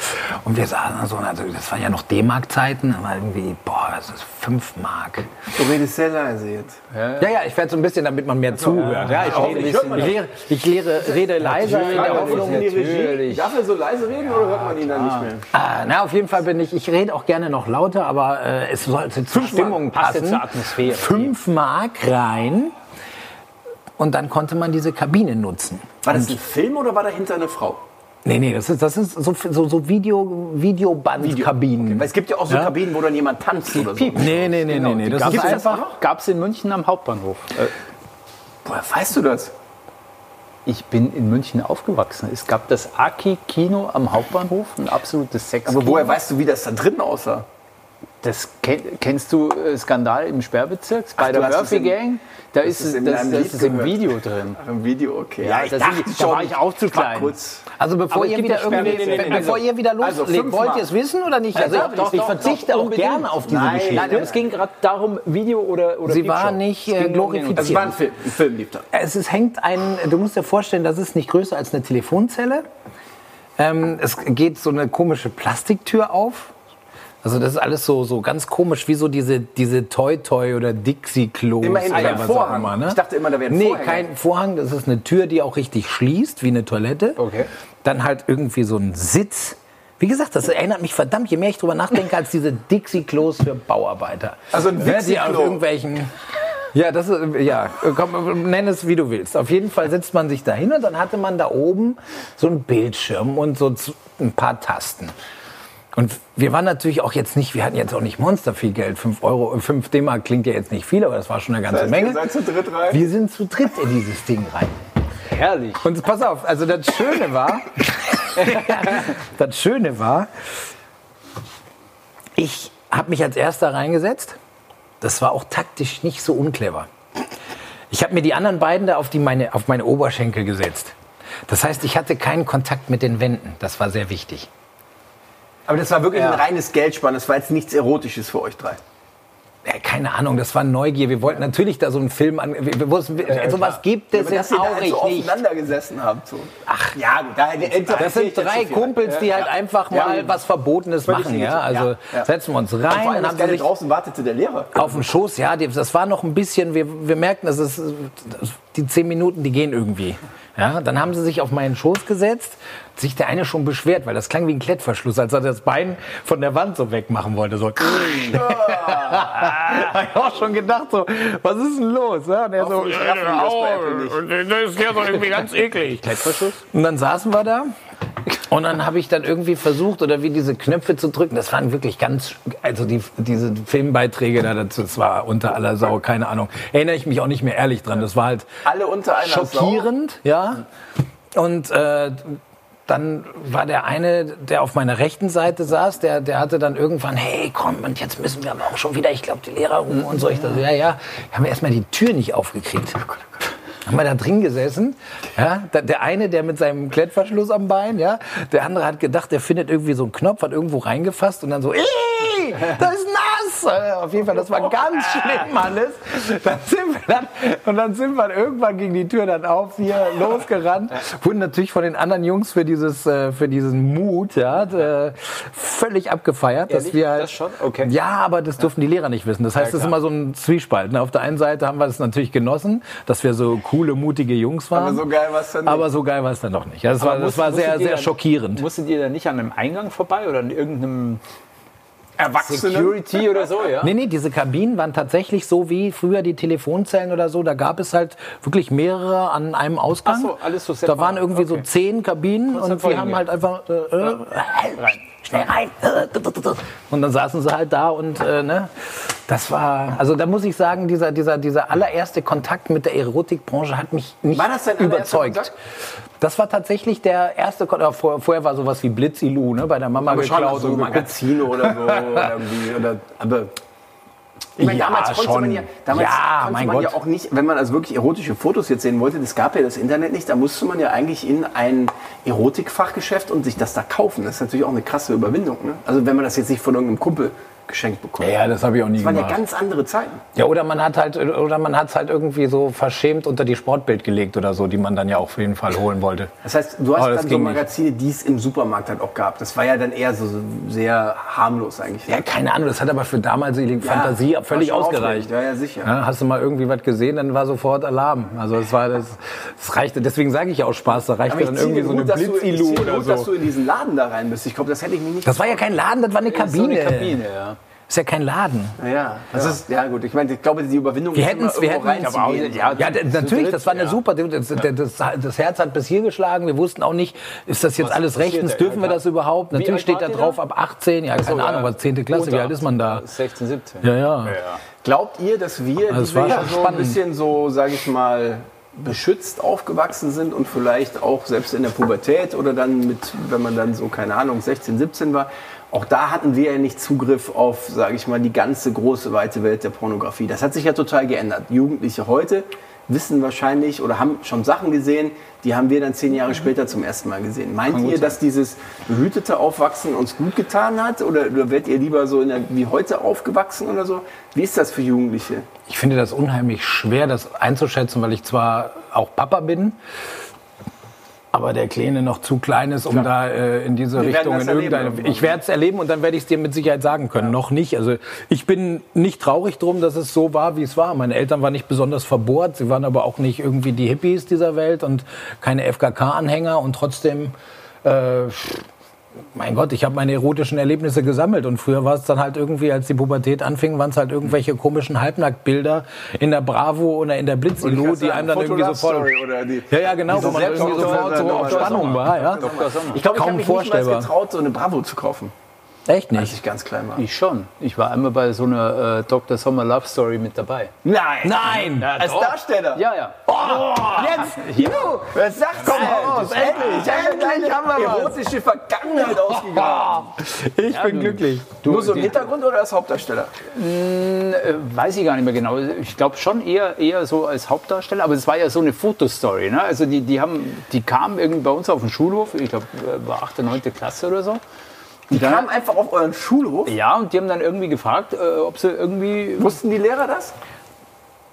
Speaker 3: und wir saßen so, also das waren ja noch D-Mark-Zeiten, aber irgendwie, boah, das ist 5 Mark.
Speaker 1: Du redest sehr leise jetzt.
Speaker 3: Ja, ja, ich werde Äh? so ein bisschen, damit man mehr zuhört. Ja, ich, rede, ich, lehre, ich lehre, rede leiser in der
Speaker 1: Frage,
Speaker 3: Hoffnung,
Speaker 1: warum die Regie,
Speaker 2: natürlich.
Speaker 1: darf er so leise reden oder hört man ihn dann nicht mehr?
Speaker 3: Ah, na, auf jeden Fall bin ich, ich rede auch gerne noch lauter, aber äh, es sollte zur Stimmung
Speaker 2: passt
Speaker 3: passen.
Speaker 2: zur Atmosphäre.
Speaker 3: Fünf Mark rein und dann konnte man diese Kabine nutzen.
Speaker 1: War das ein Film oder war dahinter eine Frau?
Speaker 3: Nee, nee, das ist, das ist so, so, so Video, Videobandkabinen.
Speaker 1: Weil es gibt ja auch so
Speaker 3: Ja.
Speaker 1: Kabinen, wo dann jemand tanzt oder so.
Speaker 3: Nee, nee, nee,
Speaker 2: Genau,
Speaker 3: nee, nee. Das ist
Speaker 2: Gab's das
Speaker 3: einfach.
Speaker 2: noch? Gab's in München am Hauptbahnhof. Äh,
Speaker 1: Woher weißt du das?
Speaker 2: Ich bin in München aufgewachsen. Es gab das Aki-Kino am Hauptbahnhof, ein absolutes Sex.
Speaker 1: Aber woher weißt du, wie das da drin aussah?
Speaker 2: Das ken- kennst du äh, Skandal im Sperrbezirk bei
Speaker 1: Ach,
Speaker 2: der
Speaker 1: du hast es
Speaker 2: Murphy
Speaker 1: im-
Speaker 2: Gang? Da ist
Speaker 1: es
Speaker 2: es
Speaker 1: in
Speaker 2: das,
Speaker 1: einem
Speaker 2: das
Speaker 1: Lied
Speaker 2: ist im
Speaker 1: gehört.
Speaker 2: Video drin.
Speaker 1: Ach, Im Video, okay.
Speaker 2: Ja, das ist- da war ich auch zu
Speaker 1: war
Speaker 2: klein.
Speaker 1: Kurz.
Speaker 3: Also bevor
Speaker 2: Aber es
Speaker 3: ihr
Speaker 2: gibt
Speaker 3: wieder
Speaker 2: ja Sperren-
Speaker 3: irgendwie,
Speaker 2: nee, nee, nee,
Speaker 3: bevor
Speaker 1: also-
Speaker 3: ihr wieder
Speaker 1: also
Speaker 3: loslegt,
Speaker 1: fünfmal.
Speaker 3: wollt ihr es wissen oder nicht? Also
Speaker 2: doch,
Speaker 3: ich,
Speaker 2: doch,
Speaker 3: ich
Speaker 2: doch,
Speaker 3: verzichte
Speaker 2: doch,
Speaker 3: auch
Speaker 2: unbedingt.
Speaker 3: gerne auf diese
Speaker 1: Nein,
Speaker 3: Geschichte.
Speaker 1: nein,
Speaker 2: Nein, aber es ging gerade darum, Video oder, oder
Speaker 3: Sie
Speaker 2: Peepshow.
Speaker 3: war nicht,
Speaker 2: Es
Speaker 3: äh,
Speaker 2: ging um den-
Speaker 3: glorifiziert.
Speaker 1: Das Also war ein Film. Ein Film lief da.
Speaker 3: Es ist, hängt ein, du musst dir vorstellen, das ist nicht größer als eine Telefonzelle. Ähm, es geht so eine komische Plastiktür auf. Also das ist alles so, so ganz komisch, wie so diese, diese Toy-Toy oder Dixie-Klos.
Speaker 1: Immerhin
Speaker 3: oder
Speaker 1: ein
Speaker 3: was auch
Speaker 1: Vorhang.
Speaker 3: ne?
Speaker 1: Ich dachte immer, da wären
Speaker 3: Nee,
Speaker 1: Vorhänge.
Speaker 3: kein Vorhang. Das ist eine Tür, die auch richtig schließt, wie eine Toilette.
Speaker 2: Okay.
Speaker 3: Dann halt irgendwie so ein Sitz. Wie gesagt, das erinnert mich verdammt, je mehr ich drüber nachdenke, als diese Dixie-Klos für Bauarbeiter.
Speaker 1: Also ein
Speaker 3: Ne, Die auf
Speaker 1: Dixie-Klo.
Speaker 3: irgendwelchen... Ja, das ist, ja, komm, nenn es wie du willst. Auf jeden Fall setzt man sich da hin und dann hatte man da oben so einen Bildschirm und so z- ein paar Tasten. Und wir waren natürlich auch jetzt nicht, wir hatten jetzt auch nicht monster viel Geld. 5 Euro, 5 D-Mark klingt ja jetzt nicht viel, aber das war schon eine ganze
Speaker 1: heißt, ihr
Speaker 3: Menge.
Speaker 1: seid zu dritt rein?
Speaker 3: Wir sind zu dritt in dieses Ding rein.
Speaker 2: Also herrlich.
Speaker 3: Und pass auf, also das Schöne
Speaker 1: <laughs>
Speaker 3: war, das Schöne war, ich habe mich als Erster reingesetzt. Das war auch taktisch nicht so unclever. Ich habe mir die anderen beiden da auf, die meine, auf meine Oberschenkel gesetzt. Das heißt, ich hatte keinen Kontakt mit den Wänden. Das war sehr wichtig.
Speaker 1: Aber das war wirklich
Speaker 3: Ja.
Speaker 1: ein reines Geldspann. Das war jetzt nichts Erotisches für euch drei.
Speaker 3: Ja, keine Ahnung, das war Neugier. Wir wollten natürlich da so einen Film an. wir- wo es- Sowas gibt es
Speaker 1: Aber dass
Speaker 3: jetzt
Speaker 1: ihr da
Speaker 3: auch
Speaker 1: halt so
Speaker 3: nicht.
Speaker 1: aufeinander gesessen habt. So. Ach ja, gut, da
Speaker 3: Das sind drei Kumpels, die halt einfach
Speaker 1: Ja,
Speaker 3: mal
Speaker 1: eben.
Speaker 3: was Verbotenes
Speaker 1: Völlig
Speaker 3: machen.
Speaker 1: legitim.
Speaker 3: Ja? Also
Speaker 1: Ja, ja.
Speaker 3: setzen wir uns
Speaker 1: Nein, Vor
Speaker 3: rein,
Speaker 1: allem
Speaker 3: dann
Speaker 1: das
Speaker 3: haben sie
Speaker 1: Geile,
Speaker 3: sich
Speaker 1: draußen wartete der Lehrer.
Speaker 3: auf den Schoß. Ja, die, das war noch ein bisschen, wir, wir merkten, das ist, das- die zehn Minuten, die gehen irgendwie. Ja, dann haben sie sich auf meinen Schoß gesetzt, hat sich der eine schon beschwert, weil das klang wie ein Klettverschluss, als er das Bein von der Wand so wegmachen wollte. So.
Speaker 1: <laughs>
Speaker 3: <laughs> Hab ich auch schon gedacht, so, was ist denn los? Also, Ja, und er so,
Speaker 1: Hoffentlich schaffen die das bei Apple nicht.
Speaker 4: Äh, Das ist ja doch irgendwie ganz
Speaker 3: <laughs>
Speaker 4: eklig.
Speaker 3: Und dann saßen wir da. Und dann habe ich dann irgendwie versucht, oder wie diese Knöpfe zu drücken. Das waren wirklich ganz, also die, diese Filmbeiträge da dazu, das war unter aller Sau, keine Ahnung. Erinnere ich mich auch nicht mehr ehrlich dran. Das war halt
Speaker 1: Alle unter einer
Speaker 3: schockierend, ja. Und äh, dann war der eine, der auf meiner rechten Seite saß, der, der hatte dann irgendwann, hey, komm, und jetzt müssen wir aber auch schon wieder, ich glaube, die Lehrer rufen und so. Ich dachte, ja, ja, haben wir erstmal die Tür nicht aufgekriegt. Haben wir da drin gesessen, ja, da, der eine, der mit seinem Klettverschluss am Bein, ja, der andere hat gedacht, der findet irgendwie so einen Knopf, hat irgendwo reingefasst und dann so, "Ih, das ist nass! Äh, Auf jeden Fall, das war ganz schlimm alles. Dann sind wir dann, und dann sind wir irgendwann gegen die Tür dann auf, hier losgerannt, wurden natürlich von den anderen Jungs für dieses, äh, für diesen Mut, ja, äh, völlig abgefeiert, dass
Speaker 2: Ehrlich?
Speaker 3: wir halt,
Speaker 2: Das schon? Okay.
Speaker 3: ja, aber das dürfen die Lehrer nicht wissen. Das heißt, es ist immer so ein Zwiespalt. ne? Auf der einen Seite haben wir es natürlich genossen, dass wir so coole, mutige Jungs waren.
Speaker 1: Aber so geil war's dann nicht.
Speaker 3: Aber so geil war es dann doch nicht. Ja, Das war,
Speaker 2: Aber
Speaker 3: das war
Speaker 2: musstet
Speaker 3: sehr,
Speaker 2: ihr
Speaker 3: sehr
Speaker 2: dann-
Speaker 3: schockierend.
Speaker 2: Musstet ihr da nicht an einem Eingang vorbei oder an irgendeinem
Speaker 1: Erwachsene.
Speaker 2: Security oder so, ja?
Speaker 3: Nee, nee, diese Kabinen waren tatsächlich so wie früher die Telefonzellen oder so. Da gab es halt wirklich mehrere an einem Ausgang.
Speaker 2: Ach so, alles so
Speaker 3: Da
Speaker 2: separat.
Speaker 3: waren irgendwie so
Speaker 2: Okay.
Speaker 3: zehn Kabinen und
Speaker 2: davor
Speaker 3: wir haben
Speaker 2: hingehen.
Speaker 3: halt einfach äh, äh, schnell rein. Und dann saßen sie halt da und halt äh, ne, Das war, also da muss ich sagen, dieser, dieser, dieser allererste Kontakt mit der Erotikbranche hat mich nicht
Speaker 1: War das dein allererster
Speaker 3: überzeugt.
Speaker 1: Kontakt?
Speaker 3: Das war tatsächlich der erste Kontakt. Vorher, vorher war sowas wie Blitzilu, ne, bei der Mama
Speaker 1: Aber schon also
Speaker 3: geklaut.
Speaker 1: so
Speaker 3: und geguckt.
Speaker 1: Magazine
Speaker 3: <laughs>
Speaker 1: oder so. Oder irgendwie, oder, aber ich meine,
Speaker 3: Ja,
Speaker 1: damals konnte man
Speaker 3: schon.
Speaker 1: ja, damals
Speaker 3: Ja,
Speaker 1: konnte
Speaker 3: mein
Speaker 1: man ja
Speaker 3: Gott.
Speaker 1: auch nicht, wenn man also wirklich erotische Fotos jetzt sehen wollte, das gab ja das Internet nicht, da musste man ja eigentlich in ein Erotikfachgeschäft und sich das da kaufen. Das ist natürlich auch eine krasse Überwindung. Ne? Also wenn man das jetzt nicht von irgendeinem Kumpel geschenkt bekommt.
Speaker 3: Ja, das habe ich auch nie
Speaker 1: das waren ja
Speaker 3: gemacht.
Speaker 1: ganz andere Zeiten.
Speaker 3: Ja, oder man hat halt, oder man hat's halt irgendwie so verschämt unter die Sportbild gelegt oder so, die man dann ja auch auf jeden Fall holen wollte.
Speaker 1: Das heißt, du hast
Speaker 3: Aber das
Speaker 1: dann so
Speaker 3: ging nicht.
Speaker 1: Magazine, die es im Supermarkt halt auch gab. Das war ja dann eher so, so sehr harmlos eigentlich. ne?
Speaker 3: Ja, keine Ahnung, das hat aber für damals die Fantasie
Speaker 1: war
Speaker 3: völlig
Speaker 1: schon
Speaker 3: ausgereicht.
Speaker 1: aufregend. Ja, ja, sicher.
Speaker 3: Ja, hast du mal irgendwie was gesehen, dann war sofort Alarm. Also es war das, es reichte, deswegen sage ich ja auch Spaß, da reichte
Speaker 1: Aber ich
Speaker 3: dann
Speaker 1: ziehe
Speaker 3: irgendwie
Speaker 1: den
Speaker 3: so eine
Speaker 1: Hut, dass du- ich ziehe
Speaker 3: Blitzilu
Speaker 1: den
Speaker 3: oder
Speaker 1: Hut, dass
Speaker 3: so.
Speaker 1: du in diesen Laden da rein bist. Ich glaube, das hätte ich mir nicht.
Speaker 3: Das war ja kein Laden, das war eine
Speaker 2: Das ist so
Speaker 3: Kabine.
Speaker 2: eine Kabine, ja.
Speaker 3: Ist ja kein Laden.
Speaker 1: ja, das ist ja gut. Ich meine, ich glaube, die Überwindung.
Speaker 3: Wir
Speaker 1: ist
Speaker 3: hätten es,
Speaker 1: immer
Speaker 3: wir
Speaker 1: irgendwo
Speaker 3: hätten
Speaker 1: reinzugehen.
Speaker 3: ja, ja, d- natürlich,
Speaker 2: dritt,
Speaker 3: das war eine
Speaker 2: ja.
Speaker 3: super. Das, das, das, das Herz hat bis hier geschlagen. Wir wussten auch nicht, ist das jetzt alles
Speaker 2: passiert
Speaker 3: rechtens?
Speaker 2: da?
Speaker 3: Dürfen wir
Speaker 2: Ja,
Speaker 3: das überhaupt?
Speaker 2: alt
Speaker 3: Natürlich steht da
Speaker 2: wart ihr
Speaker 3: drauf ab 18. Ja, keine Ahnung, was 10. Klasse, wie alt ist man da?
Speaker 2: 16, 17.
Speaker 3: Ja, ja. Also,
Speaker 1: Glaubt ihr, dass wir,
Speaker 3: Das
Speaker 1: die
Speaker 3: war
Speaker 1: wir ja
Speaker 3: schon
Speaker 1: so ein
Speaker 3: spannend.
Speaker 1: bisschen so, sage ich mal, beschützt aufgewachsen sind und vielleicht auch selbst in der Pubertät oder dann mit, wenn man dann so keine Ahnung 16, 17 war, auch da hatten wir ja nicht Zugriff auf, sage ich mal, die ganze große weite Welt der Pornografie. Das hat sich ja total geändert. Jugendliche heute wissen wahrscheinlich oder haben schon Sachen gesehen, die haben wir dann zehn Jahre später zum ersten Mal gesehen. Meint ihr, dass dieses behütete Aufwachsen uns gut getan hat? Oder, oder werdet ihr lieber so in der, wie heute aufgewachsen oder so? Wie ist das für Jugendliche?
Speaker 3: Ich finde das unheimlich schwer, das einzuschätzen, weil ich zwar auch Papa bin, aber der Kleine noch zu klein ist, um da äh, in diese
Speaker 1: Wir werden
Speaker 3: Richtung
Speaker 1: das
Speaker 3: in
Speaker 1: erleben
Speaker 3: irgendeine.
Speaker 1: irgendwann.
Speaker 3: Ich werde es erleben und dann werde ich es dir mit Sicherheit sagen können. Noch nicht. Also ich bin nicht traurig drum, dass es so war, wie es war. Meine Eltern waren nicht besonders verbohrt, sie waren aber auch nicht irgendwie die Hippies dieser Welt und keine FKK-Anhänger und trotzdem. Äh, mein Gott, ich habe meine erotischen Erlebnisse gesammelt und früher war es dann halt irgendwie, als die Pubertät anfing, waren es halt irgendwelche komischen Halbnacktbilder in der Bravo oder in der Blitzilu, die einem dann irgendwie sofort...
Speaker 1: Oder die
Speaker 3: Ja, ja, genau, wo man
Speaker 1: selbst-
Speaker 3: irgendwie
Speaker 1: Dr.
Speaker 3: sofort so
Speaker 1: Sommer,
Speaker 3: auf
Speaker 1: Dr.
Speaker 3: Spannung war. Ja?
Speaker 1: ich glaube, ich
Speaker 3: kaum
Speaker 1: habe mich vorstellbar. niemals
Speaker 3: vorstellbar.
Speaker 1: getraut, Also, so eine Bravo zu kaufen,
Speaker 3: Echt
Speaker 1: als
Speaker 3: nicht.
Speaker 1: ich ganz klein war.
Speaker 2: Ich schon. Ich war einmal bei so einer äh, Dr. Sommer Love Story mit dabei. Oh,
Speaker 1: Nein!
Speaker 3: Nein!
Speaker 1: Als Darsteller?
Speaker 2: Ja, ja.
Speaker 1: Jetzt! Juhu! Was sagst du? Raus, endlich! Endlich haben wir was! Erotische Vergangenheit ausgegraben.
Speaker 3: Ich bin glücklich.
Speaker 1: Nur so im
Speaker 2: die-
Speaker 1: Hintergrund oder als Hauptdarsteller?
Speaker 2: Äh, weiß ich gar nicht mehr genau. Ich glaube schon eher, eher so als Hauptdarsteller, aber es war ja so eine Fotostory. Ne? Also die, die, haben, die kamen irgendwie bei uns auf den Schulhof, ich glaube, war 8. oder 9. Klasse oder so.
Speaker 1: Die kamen einfach auf euren Schulhof.
Speaker 2: Ja, und die haben dann irgendwie gefragt, äh, ob sie irgendwie.
Speaker 1: Wussten die Lehrer das?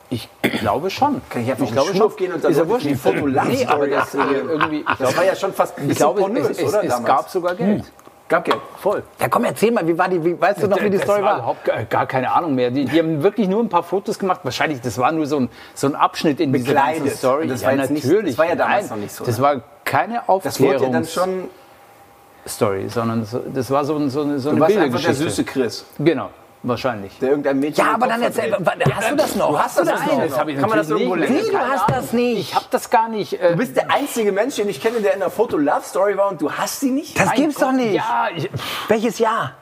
Speaker 2: Ich glaube schon.
Speaker 1: Kann ich einfach auf den
Speaker 2: glaube
Speaker 1: Schulhof
Speaker 2: schon.
Speaker 1: gehen und dann
Speaker 2: Ist ja
Speaker 1: Leute,
Speaker 2: wurscht.
Speaker 1: die Fotolanz-
Speaker 2: Nee, aber das, äh,
Speaker 1: Story erzählen.
Speaker 2: irgendwie, ich
Speaker 1: Das
Speaker 2: glaube,
Speaker 1: war ja schon fast ein
Speaker 2: ich glaube,
Speaker 1: pornös,
Speaker 2: es, es,
Speaker 1: oder?
Speaker 2: es
Speaker 1: damals?
Speaker 2: gab sogar Geld.
Speaker 1: gab Geld.
Speaker 2: Hm, Voll.
Speaker 3: Ja, komm, erzähl mal, wie war die, wie, weißt du noch, wie die
Speaker 2: Das
Speaker 3: Story
Speaker 2: war
Speaker 3: war?
Speaker 2: überhaupt gar- gar keine Ahnung mehr. Die, die haben wirklich nur ein paar Fotos gemacht. Wahrscheinlich, das war nur so ein, so ein Abschnitt in dieser
Speaker 1: Bekleidet.
Speaker 2: ganzen Story.
Speaker 1: Das war jetzt nicht- das war ja damals noch nicht so,
Speaker 2: Das
Speaker 1: ne?
Speaker 2: war keine
Speaker 1: Das wurde ja dann
Speaker 2: Aufklärungsstory,
Speaker 1: schon.
Speaker 2: sondern so, das war so, ein- so eine, so
Speaker 1: Du
Speaker 2: eine
Speaker 1: warst einfach der
Speaker 2: Bildergeschichte.
Speaker 1: süße Chris,
Speaker 2: Genau, wahrscheinlich.
Speaker 1: der irgendein Mädchen.
Speaker 3: Ja,
Speaker 1: den
Speaker 3: aber
Speaker 1: Kopf
Speaker 3: dann erzähl,
Speaker 1: verdreht.
Speaker 3: wa- hast du das noch?
Speaker 1: Du hast das
Speaker 3: das
Speaker 1: noch?
Speaker 2: das habe ich
Speaker 1: Kann man das
Speaker 2: natürlich
Speaker 1: irgendwo
Speaker 2: nicht.
Speaker 1: lesen?
Speaker 3: Wie, du hast das nicht?
Speaker 2: Ich habe das gar nicht. äh,
Speaker 1: Du bist der einzige Mensch, den ich kenne, der in einer Foto-Love-Story war und du hast sie nicht?
Speaker 3: Das gibt's doch nicht.
Speaker 2: Ja,
Speaker 1: <laughs>
Speaker 2: ich,
Speaker 3: Welches Jahr?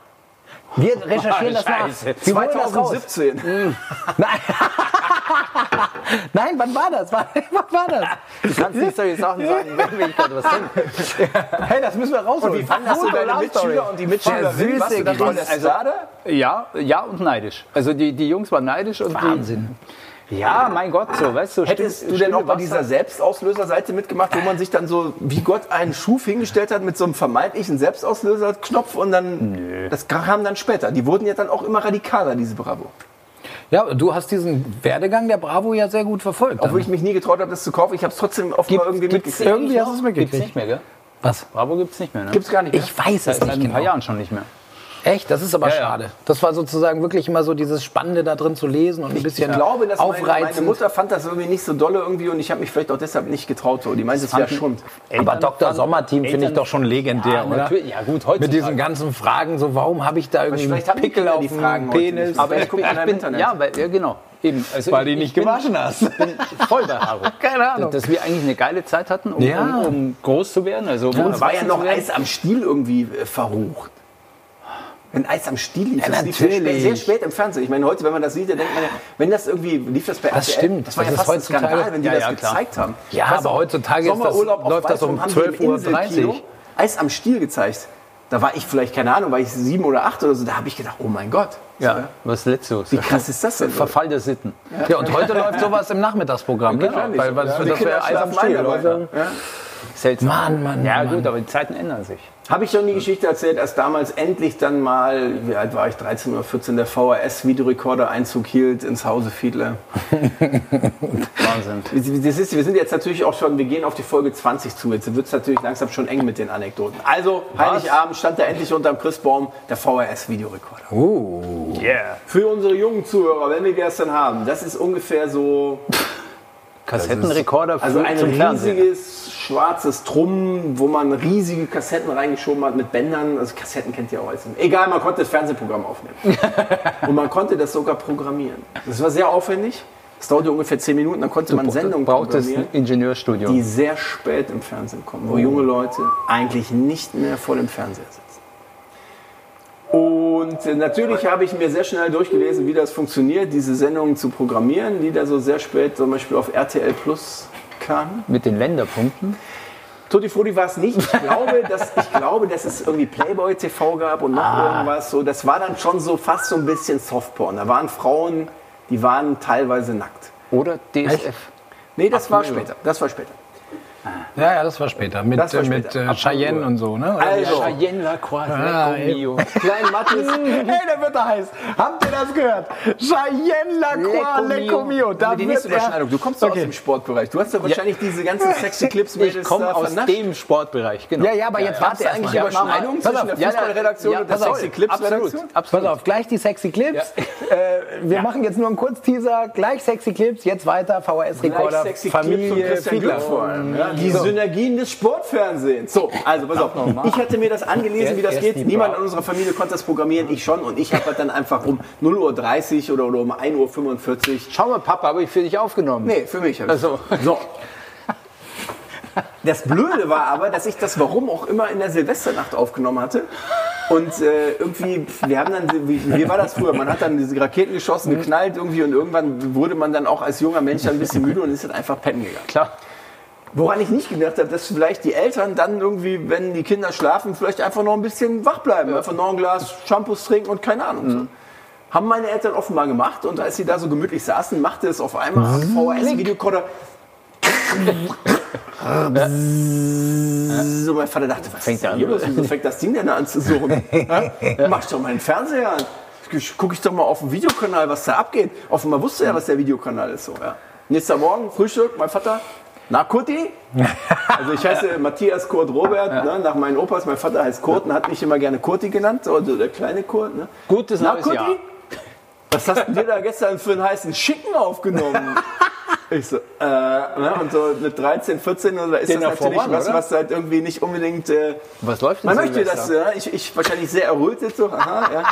Speaker 3: Wir recherchieren das nach.
Speaker 2: Scheiße.
Speaker 3: Wir holen das raus.
Speaker 1: 2017.
Speaker 3: Nein. Nein, wann war das? <laughs> Wann, wann war das?
Speaker 2: du kannst nicht solche Sachen sagen, wenn ich gerade was denke.
Speaker 3: Hey, das müssen wir rausholen.
Speaker 1: Und <laughs> wie fandest du
Speaker 3: Hm. Foto
Speaker 1: deine
Speaker 3: Love Story.
Speaker 1: Mitschüler und die Mitschüler?
Speaker 3: Der
Speaker 1: Warst du
Speaker 3: süße
Speaker 1: da
Speaker 3: Chris.
Speaker 1: voll der
Speaker 3: Also,
Speaker 1: Star da?
Speaker 2: Ja, ja und neidisch. Also die, die Jungs waren neidisch und
Speaker 3: Wahnsinn.
Speaker 2: Die, ja, mein Gott, so, weißt du,
Speaker 1: Hättest du denn auch bei dieser Selbstauslöserseite mitgemacht, wo man sich dann so wie Gott einen Schuf hingestellt hat mit so einem vermeintlichen Selbstauslöserknopf und dann. Das kam dann später. Die wurden ja dann auch immer radikaler, diese Bravo.
Speaker 3: Ja, du hast diesen Werdegang der Bravo ja sehr gut verfolgt.
Speaker 1: Obwohl ich mich nie getraut habe, das zu kaufen. Ich habe es trotzdem oft mal irgendwie mitgekriegt.
Speaker 3: Irgendwie hast du es
Speaker 2: Gibt's
Speaker 3: mitgekriegt.
Speaker 2: nicht mehr, gell?
Speaker 3: Was?
Speaker 2: Bravo gibt's nicht mehr, ne?
Speaker 1: Gibt's gar nicht.
Speaker 3: Ich weiß es
Speaker 2: Seit
Speaker 3: nicht
Speaker 2: ein
Speaker 3: genau.
Speaker 2: paar Jahren schon nicht mehr.
Speaker 3: Echt, das ist aber
Speaker 2: Ja, ja.
Speaker 3: schade. Das war sozusagen wirklich immer so dieses Spannende da drin zu lesen und ein bisschen
Speaker 1: Ich glaube, dass meine, meine
Speaker 3: aufreizend.
Speaker 1: Mutter fand das irgendwie nicht so dolle irgendwie und ich habe mich vielleicht auch deshalb nicht getraut. So. Die meinte, es wäre Schund.
Speaker 3: aber Dr.
Speaker 2: fanden-
Speaker 3: Sommerteam finde ich
Speaker 2: Eltern-
Speaker 3: doch schon legendär,
Speaker 2: Ja,
Speaker 3: oder?
Speaker 2: natürlich. Ja, gut, heute.
Speaker 3: Mit diesen ganzen Fragen, so warum habe ich da irgendwie
Speaker 1: Vielleicht
Speaker 3: einen
Speaker 1: haben die
Speaker 3: Pickel
Speaker 1: Kinder
Speaker 3: auf
Speaker 1: die
Speaker 3: dem
Speaker 1: Fragen heute nicht.
Speaker 3: Penis?
Speaker 1: Aber ich gucke
Speaker 2: ich
Speaker 1: an im
Speaker 2: bin,
Speaker 1: Internet.
Speaker 2: ja, weil, ja, genau. Eben. Also
Speaker 3: Weil
Speaker 2: ich-
Speaker 3: die nicht
Speaker 2: ich bin-
Speaker 3: gewaschen hast.
Speaker 2: Ich bin voll bei Haro.
Speaker 3: <laughs> Keine Ahnung.
Speaker 2: Dass wir eigentlich eine geile Zeit hatten, um,
Speaker 3: Ja.
Speaker 2: um, um groß zu werden. Also um
Speaker 1: Uns war ja
Speaker 2: erwachsen
Speaker 1: noch
Speaker 2: zu werden.
Speaker 1: Eis am Stiel irgendwie äh, verrucht. Wenn Eis am Stiel lief,
Speaker 3: Ja,
Speaker 1: das lief sehr spät,
Speaker 3: natürlich.
Speaker 1: sehr spät im Fernsehen. Ich meine, heute, wenn man das sieht, dann denkt man ja, wenn das irgendwie, lief das bei
Speaker 3: Das
Speaker 1: RTL?
Speaker 3: stimmt.
Speaker 1: Das war
Speaker 3: Das
Speaker 1: ja
Speaker 3: ist
Speaker 1: fast ein
Speaker 3: heutzutage-
Speaker 1: Skandal, wenn die
Speaker 3: Ja,
Speaker 1: das
Speaker 3: ja, klar.
Speaker 1: gezeigt haben.
Speaker 3: Ja,
Speaker 1: Weißt du,
Speaker 3: aber heutzutage ist das-
Speaker 1: Sommerurlaub auf
Speaker 3: läuft das um
Speaker 1: Waldhof haben die im
Speaker 3: 12.30 Uhr.
Speaker 1: Inselkino Eis am Stiel gezeigt. Da war ich vielleicht, keine Ahnung, war ich sieben oder acht oder so, da habe ich gedacht, oh mein Gott.
Speaker 2: Ja, was letztes.
Speaker 1: Wie krass ist das denn?
Speaker 2: Verfall der Sitten.
Speaker 3: Ja, und heute läuft sowas im Nachmittagsprogramm, ne?
Speaker 1: Wahrscheinlich.
Speaker 3: Weil, weil
Speaker 1: Ja, die
Speaker 3: das
Speaker 1: Kinder
Speaker 3: wäre Eis am
Speaker 1: schlafen
Speaker 3: Stiel.
Speaker 1: ein, aber-
Speaker 3: Leute.
Speaker 1: Ja.
Speaker 2: Seltsam.
Speaker 3: Mann, Mann,
Speaker 2: Ja,
Speaker 3: Mann.
Speaker 2: gut, aber die Zeiten ändern sich.
Speaker 1: Habe ich schon die Geschichte erzählt, als damals endlich dann mal, wie alt war ich, 13 oder 14, der VHS-Videorekorder Einzug hielt ins Hause Fiedler.
Speaker 3: <laughs>
Speaker 2: Wahnsinn.
Speaker 1: Das ist, wir sind jetzt natürlich auch schon, wir gehen auf die Folge 20 zu. Jetzt wird es natürlich langsam schon eng mit den Anekdoten. Also, Heiligabend stand da endlich unterm Christbaum der VHS-Videorekorder.
Speaker 2: Yeah.
Speaker 1: Für unsere jungen Zuhörer, wenn wir gestern haben, das ist ungefähr so,
Speaker 2: Kassettenrekorder
Speaker 1: also
Speaker 2: für
Speaker 1: ein
Speaker 2: zum Fernsehen.
Speaker 1: riesiges schwarzes Drum, wo man riesige Kassetten reingeschoben hat mit Bändern. Also Kassetten kennt ihr auch jetzt. nicht. Egal, man konnte das Fernsehprogramm aufnehmen. Und man konnte das sogar programmieren. Das war sehr aufwendig. Das dauerte ungefähr 10 Minuten, dann konnte man Sendungen
Speaker 2: braucht es
Speaker 1: programmieren.
Speaker 2: ein Ingenieurstudium.
Speaker 1: die sehr spät im Fernsehen kommen, wo junge Leute eigentlich nicht mehr vor dem Fernseher sitzen. Und äh, natürlich habe ich mir sehr schnell durchgelesen, wie das funktioniert, diese Sendungen zu programmieren, die da so sehr spät zum Beispiel auf RTL Plus kamen.
Speaker 2: Mit den Länderpunkten.
Speaker 1: Tutti Frutti war es nicht. Ich glaube, dass, ich glaube, dass es irgendwie Playboy TV gab und noch irgendwas. So, das war dann schon so fast so ein bisschen Softporn. Da waren Frauen, die waren teilweise nackt.
Speaker 2: Oder DSF.
Speaker 1: Nee, das war später. Das war später.
Speaker 3: Ja, ja, das war später. Mit,
Speaker 1: Das war
Speaker 3: äh, mit
Speaker 1: später.
Speaker 3: äh,
Speaker 1: Ab
Speaker 3: Cheyenne
Speaker 1: Uhr.
Speaker 3: und so, ne? Oder wie-
Speaker 1: Also,
Speaker 2: Cheyenne la Croix,
Speaker 3: Ah,
Speaker 2: Lecco mio.
Speaker 1: Klein Mattes.
Speaker 3: Hey, der wird da heiß. Habt ihr das gehört? Cheyenne Lacroix, Lecco Mio. Da
Speaker 1: Aber die nächste
Speaker 3: wird er-
Speaker 1: Überschneidung. Du kommst ja aus
Speaker 3: Okay.
Speaker 1: dem Sportbereich. Du hast ja wahrscheinlich diese ganzen sexy Clips mit
Speaker 2: Ich komme aus dem Sportbereich, genau.
Speaker 3: Ja, ja, aber jetzt warte erst mal.
Speaker 1: eigentlich Überschneidung
Speaker 3: Pass auf,
Speaker 1: zwischen der
Speaker 3: ja, ja,
Speaker 1: Fußballredaktion
Speaker 2: ja,
Speaker 1: und der
Speaker 2: pass auf.
Speaker 1: sexy Clips
Speaker 2: Absolut.
Speaker 1: Redaktion?
Speaker 3: Pass auf, gleich die sexy Clips. Äh, wir machen jetzt nur einen Kurzteaser. Gleich sexy Clips, jetzt weiter.
Speaker 1: Gleich
Speaker 3: VHS-Rekorder,
Speaker 1: sexy Clips von
Speaker 3: Familie,
Speaker 1: Christian
Speaker 3: Fiedler.
Speaker 1: Glück vor allem. Ja, die Synergien des Sportfernsehens. So, also pass auf. Ich hatte mir das angelesen, wie das
Speaker 2: Erst-
Speaker 1: geht.
Speaker 2: erst die
Speaker 1: Niemand
Speaker 2: Bra-
Speaker 1: in unserer Familie konnte das programmieren, ich schon. Und ich habe das dann einfach um 0.30 Uhr oder, oder um 1.45 Uhr
Speaker 2: Schau mal, Papa, habe ich für dich aufgenommen.
Speaker 1: Nee, für mich. hab ich-
Speaker 2: Also.
Speaker 1: So. Das Blöde war aber, dass ich das warum auch immer in der Silvesternacht aufgenommen hatte. Und äh, irgendwie, wir haben dann, wie, wie war das früher? Man hat dann diese Raketen geschossen, geknallt irgendwie und irgendwann wurde man dann auch als junger Mensch dann ein bisschen müde und ist dann einfach pennen gegangen.
Speaker 2: Klar.
Speaker 1: Woran ich nicht gedacht habe, dass vielleicht die Eltern dann irgendwie, wenn die Kinder schlafen, vielleicht einfach noch ein bisschen wach bleiben. Einfach noch ein Glas Shampoos trinken und keine Ahnung. So. Haben meine Eltern offenbar gemacht und als sie da so gemütlich saßen, machte es auf einmal am VHS-Videokorder. So, mein Vater dachte, was fängt
Speaker 2: Fängt er
Speaker 1: da
Speaker 2: an,
Speaker 1: an? Wieso fängt das Ding denn da an zu
Speaker 2: <laughs>
Speaker 1: suchen? Mach doch mal den Fernseher an. Guck ich doch mal auf den Videokanal, was da abgeht. Offenbar wusste er, was der Videokanal ist. So, ja. Nächster Morgen, Frühstück, mein Vater. Na, Kurti? Also ich heiße Matthias Kurt Robert, ne, nach meinen Opas. Mein Vater heißt Kurt und hat mich immer gerne Kurti genannt. Also der kleine Kurt. Ne?
Speaker 2: Gutes
Speaker 1: Na,
Speaker 2: neues
Speaker 1: Kurti?
Speaker 2: Jahr.
Speaker 1: Was hast denn dir da gestern für einen heißen Schicken
Speaker 2: <laughs>
Speaker 1: aufgenommen? Ich so, äh, ne, und so mit 13, 14 oder so, da ist
Speaker 2: Den
Speaker 1: das
Speaker 2: davor
Speaker 1: natürlich
Speaker 2: waren,
Speaker 1: was,
Speaker 2: oder?
Speaker 1: was halt irgendwie nicht unbedingt. Äh,
Speaker 2: Was läuft denn
Speaker 1: man möchte
Speaker 2: Silvester?
Speaker 1: das, ja, ich, ich wahrscheinlich sehr errötet so. Aha, ja.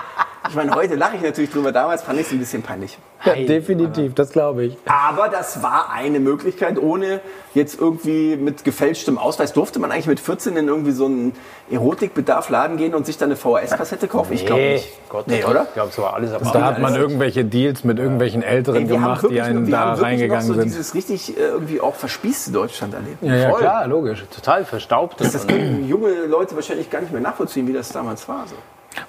Speaker 1: Ich meine, heute lache ich natürlich drüber. Damals fand ich es ein bisschen peinlich.
Speaker 3: Ja, definitiv, das glaube ich.
Speaker 1: Aber das war eine Möglichkeit, ohne jetzt irgendwie mit gefälschtem Ausweis. Durfte man eigentlich mit 14 in irgendwie so einen Erotikbedarfladen gehen und sich dann eine VHS-Kassette kaufen? Ich glaube äh, nicht.
Speaker 2: Gott,
Speaker 1: Nee, oder?
Speaker 2: Ich glaube, es war alles aber
Speaker 3: Da hat man irgendwelche Deals mit irgendwelchen Älteren
Speaker 1: Ey, wir haben
Speaker 3: gemacht, die
Speaker 1: wirklich, noch-
Speaker 3: einen
Speaker 1: wir
Speaker 3: da
Speaker 1: haben wirklich noch
Speaker 3: reingegangen
Speaker 1: so
Speaker 3: sind.
Speaker 1: dieses richtig äh, irgendwie auch verspießte Deutschland erlebt.
Speaker 3: Ja, ja, klar, logisch.
Speaker 2: total verstaubt.
Speaker 1: Das können junge Leute wahrscheinlich gar nicht mehr nachvollziehen, wie das damals war. So.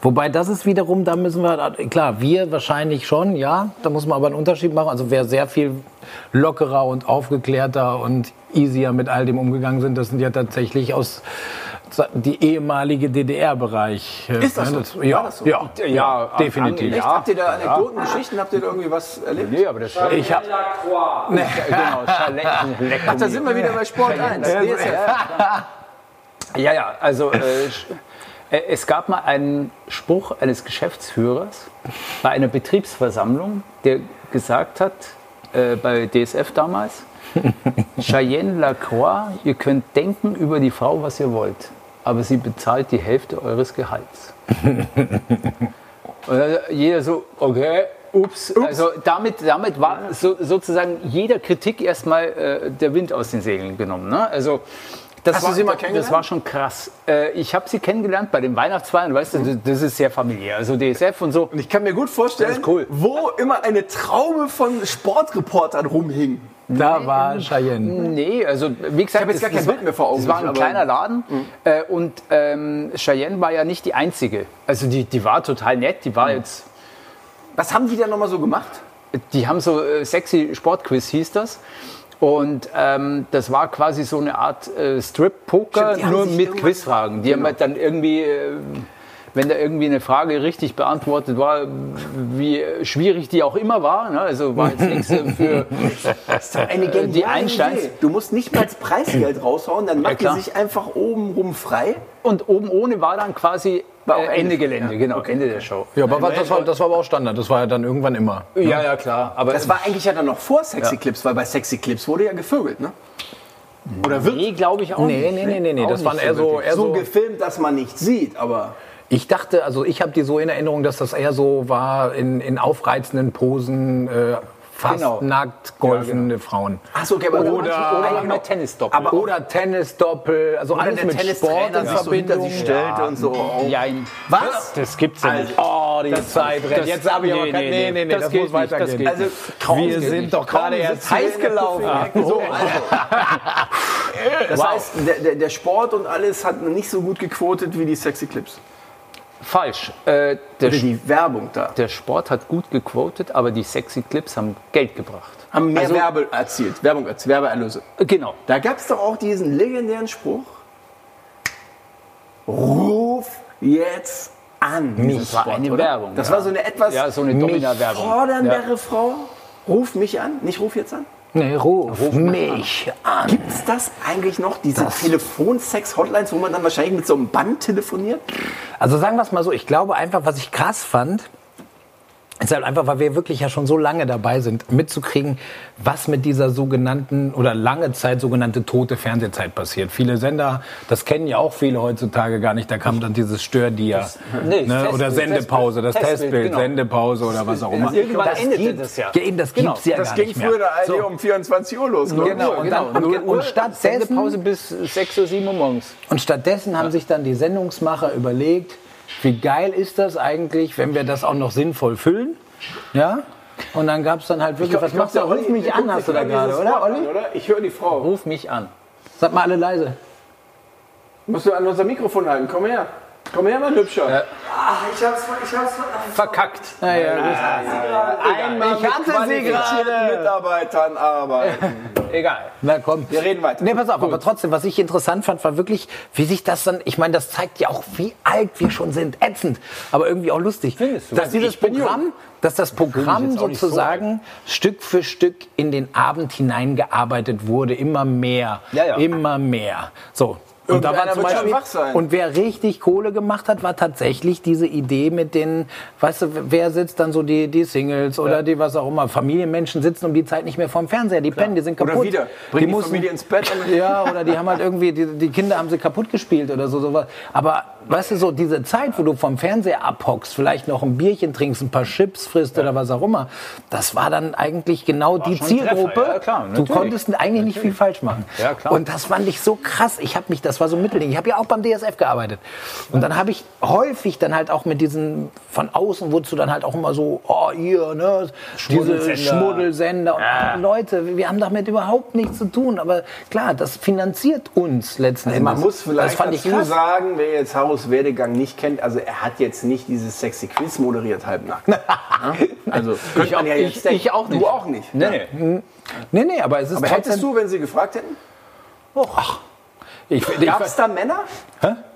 Speaker 3: Wobei das ist wiederum, da müssen wir, klar, wir wahrscheinlich schon, ja, da muss man aber einen Unterschied machen. Also wer sehr viel lockerer und aufgeklärter und easier mit all dem umgegangen sind, das sind ja tatsächlich aus die ehemalige DDR-Bereich.
Speaker 1: Ist das so?
Speaker 3: äh, Ja,
Speaker 1: War das so?
Speaker 3: ja, ja,
Speaker 2: Ja, am-
Speaker 3: definitiv.
Speaker 2: am-
Speaker 1: Echt? Habt ihr da Anekdoten, Geschichten? Habt ihr da irgendwie was erlebt?
Speaker 2: Nee, aber das war
Speaker 3: Ich hab,
Speaker 2: genau, Schaletten,
Speaker 1: Ach, da sind wir wieder bei Sport 1. DSF.
Speaker 2: Ja, ja, also äh, sch- äh, es gab mal einen Spruch eines Geschäftsführers bei einer Betriebsversammlung, der gesagt hat, äh, bei DSF damals, Cheyenne Lacroix, ihr könnt denken über die Frau, was ihr wollt, aber sie bezahlt die Hälfte eures Gehalts. Und dann jeder so, okay, ups. Also damit, damit war so, sozusagen jeder Kritik erstmal äh, der Wind aus den Segeln genommen. Ne? Also Das
Speaker 1: Hast du
Speaker 2: war,
Speaker 1: sie mal
Speaker 2: das-
Speaker 1: kennengelernt?
Speaker 2: Das war schon krass. Äh, ich habe sie kennengelernt bei den Weihnachtsfeiern, weißt du,
Speaker 1: Mhm.
Speaker 2: das ist sehr familiär. Also DSF und so.
Speaker 1: Und ich kann mir gut
Speaker 2: Das
Speaker 1: vorstellen,
Speaker 2: ist cool.
Speaker 1: wo immer eine Traube von Sportreportern rumhing.
Speaker 3: Da war Cheyenne.
Speaker 2: Nee, also wie gesagt,
Speaker 1: hab jetzt
Speaker 2: es-
Speaker 1: gar kein
Speaker 2: es war-
Speaker 1: Bild mehr vor Augen,
Speaker 2: Es war ein
Speaker 1: aber- Mhm.
Speaker 2: kleiner Laden äh, und ähm, Cheyenne war ja nicht die einzige. Also die, die war total nett, die war
Speaker 1: Mhm.
Speaker 2: jetzt,
Speaker 1: Was haben die da nochmal so gemacht?
Speaker 2: die haben so äh, sexy Sportquiz hieß das. Und ähm, das war quasi so eine Art äh, Strip-Poker,
Speaker 1: Stimmt, die haben
Speaker 2: nur
Speaker 1: sich
Speaker 2: mit
Speaker 1: irgendwas-
Speaker 2: Quizfragen. Die
Speaker 3: Genau.
Speaker 2: haben halt dann irgendwie, äh, wenn da irgendwie eine Frage richtig beantwortet war, wie schwierig die auch immer war, ne? also war jetzt nichts äh,
Speaker 3: <laughs>
Speaker 2: für
Speaker 1: Eine geniale
Speaker 2: die Einsteins.
Speaker 1: Idee. Du musst nicht mal das Preisgeld raushauen, dann macht
Speaker 2: klar.
Speaker 1: die sich einfach oben rum frei.
Speaker 2: Und oben ohne war dann quasi
Speaker 1: War auch
Speaker 2: äh,
Speaker 1: Ende.
Speaker 2: Ende Gelände, genau, Ende der Show.
Speaker 3: Ja, aber was, das, war, das war aber auch Standard. Das war ja dann irgendwann immer.
Speaker 2: Ja, ja, klar. Aber
Speaker 1: Das war eigentlich ja dann noch vor Sexy Clips, weil bei Sexy Clips wurde ja gevögelt, ne? Oder wird
Speaker 2: nee, E, glaube ich auch
Speaker 3: Nee,
Speaker 2: nicht.
Speaker 3: nee, nee, nee, nee.
Speaker 2: Auch
Speaker 3: Das
Speaker 2: nicht
Speaker 3: waren eher so, eher
Speaker 1: so
Speaker 3: so.
Speaker 1: gefilmt, dass man nicht sieht, aber
Speaker 3: Ich dachte, also ich habe die so in Erinnerung, dass das eher so war in, in aufreizenden Posen, äh, fast
Speaker 2: Genau.
Speaker 3: nackt golfende Frauen.
Speaker 1: Ach so, okay, aber
Speaker 2: Oder,
Speaker 1: oder-
Speaker 2: oder,
Speaker 1: genau.
Speaker 2: mit Tennisdoppel.
Speaker 1: Aber-
Speaker 3: Oder Tennisdoppel, also
Speaker 1: Oder
Speaker 3: alles
Speaker 1: der
Speaker 3: mit Sport
Speaker 1: Tennistrainer
Speaker 3: in
Speaker 1: sich so hinter
Speaker 3: Verbindung.
Speaker 1: sich stellt und so. Oh.
Speaker 2: Jein.
Speaker 1: Was?
Speaker 2: Das gibt's ja nicht.
Speaker 3: Oh, die Zeit rennt.
Speaker 2: das-
Speaker 3: Jetzt habe ich aber
Speaker 2: nee,
Speaker 3: kein.
Speaker 2: nee,
Speaker 3: Nee, nee,
Speaker 2: nee,
Speaker 3: nee,
Speaker 2: das
Speaker 3: das, muss
Speaker 2: geht nicht, das
Speaker 3: weitergehen.
Speaker 2: geht
Speaker 1: Also, kaum
Speaker 3: Wir
Speaker 1: geht
Speaker 3: sind
Speaker 1: nicht.
Speaker 3: doch gerade
Speaker 1: Kaum
Speaker 3: erst
Speaker 1: sitzen wir
Speaker 3: heiß
Speaker 1: in der
Speaker 3: gelaufen.
Speaker 1: Puffing-Ecke. <laughs> So, also. Das heißt, der, der, der Sport und alles hat nicht so gut gequotet wie die Sexy Clips.
Speaker 2: Falsch. Äh, der,
Speaker 1: Oder
Speaker 2: Sch-
Speaker 1: die Werbung da.
Speaker 2: der Sport hat gut gequotet, aber die sexy Clips haben Geld gebracht.
Speaker 1: Haben mehr
Speaker 2: Also-
Speaker 1: Werbe erzielt, Werbung erzielt, Werbeerlöse.
Speaker 2: Äh, Genau.
Speaker 1: Da gab es doch auch diesen legendären Spruch: Ruf jetzt an.
Speaker 2: Das war eine Werbung.
Speaker 1: Das
Speaker 2: ja.
Speaker 1: war so eine etwas
Speaker 2: Ja, so eine Domina-Werbung.
Speaker 1: forderndere
Speaker 2: Ja.
Speaker 1: Frau. Ruf mich an, nicht ruf jetzt an.
Speaker 3: Nee, ruf, mich an.
Speaker 1: Ist das eigentlich noch diese Telefonsex-Hotlines, wo man dann wahrscheinlich mit so einem Band telefoniert?
Speaker 3: Also sagen wir es mal so, ich glaube einfach, was ich krass fand, ist halt einfach, weil wir wirklich ja schon so lange dabei sind, mitzukriegen, was mit dieser sogenannten oder lange Zeit sogenannte tote Fernsehzeit passiert. Viele Sender, das kennen ja auch viele heutzutage gar nicht, da kam dann dieses Stördier ne?
Speaker 2: nee, das Testbild,
Speaker 3: oder Sendepause, das
Speaker 2: Testbild,
Speaker 3: Testbild,
Speaker 2: genau.
Speaker 3: Sendepause oder was auch immer.
Speaker 2: Also irgendwann endete
Speaker 3: gibt-
Speaker 2: das ja.
Speaker 3: eben, Das
Speaker 2: Genau,
Speaker 3: gibt's ja gar nicht mehr. So.
Speaker 1: um 24 Uhr los.
Speaker 3: Genau, und, dann, und,
Speaker 2: Null Uhr,
Speaker 3: und stattdessen
Speaker 2: Sendepause bis 6 Uhr, 7 Uhr morgens.
Speaker 3: und stattdessen haben sich dann die Sendungsmacher überlegt, wie geil ist das eigentlich, wenn wir das auch noch sinnvoll füllen? Ja? Und dann gab es dann halt wirklich, was machst du? Ruf mich an, hast du da gerade, oder Olli?
Speaker 1: Ich höre die Frau.
Speaker 2: Ruf mich an.
Speaker 3: Sag mal alle leise.
Speaker 1: Musst du an unser Mikrofon halten. Komm her. Komm her, mein Hübscher.
Speaker 5: Ah, Ich hab's, ich hab's Ah, verdammt.
Speaker 2: Verkackt.
Speaker 1: Einmal
Speaker 3: Ich hatte sie
Speaker 1: qualifizierten Mitarbeitern arbeiten.
Speaker 2: Egal.
Speaker 3: Na komm.
Speaker 1: Wir reden weiter.
Speaker 3: Nee, pass auf, aber trotzdem, was ich interessant fand, war wirklich, wie sich das dann, ich meine, das zeigt ja auch, wie alt wir schon sind. Ätzend, aber irgendwie auch lustig.
Speaker 2: Findest du?
Speaker 3: Dass
Speaker 2: Also
Speaker 3: dieses
Speaker 2: ich bin
Speaker 3: Programm,
Speaker 2: jung.
Speaker 3: dass das Programm
Speaker 2: jetzt auch nicht so
Speaker 3: sozusagen Stück für Stück in den Abend hineingearbeitet wurde. Immer mehr.
Speaker 2: Ja, ja.
Speaker 3: Immer mehr. So. Und da war
Speaker 1: Irgendeiner
Speaker 3: zum
Speaker 1: wird schon
Speaker 3: Beispiel,
Speaker 1: wach sein.
Speaker 3: und wer richtig Kohle gemacht hat, war tatsächlich diese Idee mit den, weißt du, wer sitzt dann so die, die Singles oder die was auch immer, Familienmenschen sitzen um die Zeit nicht mehr vorm Fernseher, die pennen, die sind kaputt.
Speaker 1: Oder wieder. Bring die, Familie ins Bett.
Speaker 3: <laughs> Ja, oder die haben halt irgendwie, die, die Kinder haben sie kaputt gespielt oder so, sowas. Aber weißt du, so diese Zeit, wo du vom Fernseher abhockst, vielleicht noch ein Bierchen trinkst, ein paar Chips frisst oder was auch immer, das war dann eigentlich genau die
Speaker 2: schon ein Treffer,
Speaker 3: Zielgruppe.
Speaker 2: ja, klar,
Speaker 3: du
Speaker 2: natürlich.
Speaker 3: konntest eigentlich nicht viel falsch machen.
Speaker 2: Ja, klar.
Speaker 3: Und das fand ich so krass. Ich habe mich, das war so ein Mittelding. Ich habe ja auch beim DSF gearbeitet. Und dann habe ich häufig dann halt auch mit diesen, von außen wurdest du dann halt auch immer so, oh, ihr, ne, diese
Speaker 2: Schmuddelsender.
Speaker 3: Schmuddel Sender. Und
Speaker 2: Ah.
Speaker 3: Leute, wir haben damit überhaupt nichts zu tun. Aber klar, das finanziert uns letzten Endes.
Speaker 1: Also Man muss
Speaker 3: das
Speaker 1: vielleicht
Speaker 3: fand ich
Speaker 1: dazu
Speaker 3: krass.
Speaker 1: sagen, wer jetzt Harus Werdegang nicht kennt, also er hat jetzt nicht dieses sexy Quiz moderiert halbnackt. Ja? also könnte man ja
Speaker 2: ich-
Speaker 1: jetzt denken.
Speaker 2: ich auch nicht.
Speaker 1: Du auch nicht.
Speaker 2: Nee, nee.
Speaker 3: Ne? Hm. Nee, nee, aber es ist
Speaker 1: Aber hättest
Speaker 3: trotzdem-
Speaker 1: du, wenn sie gefragt hätten,
Speaker 3: Och, ich, ich,
Speaker 1: gab es da Männer?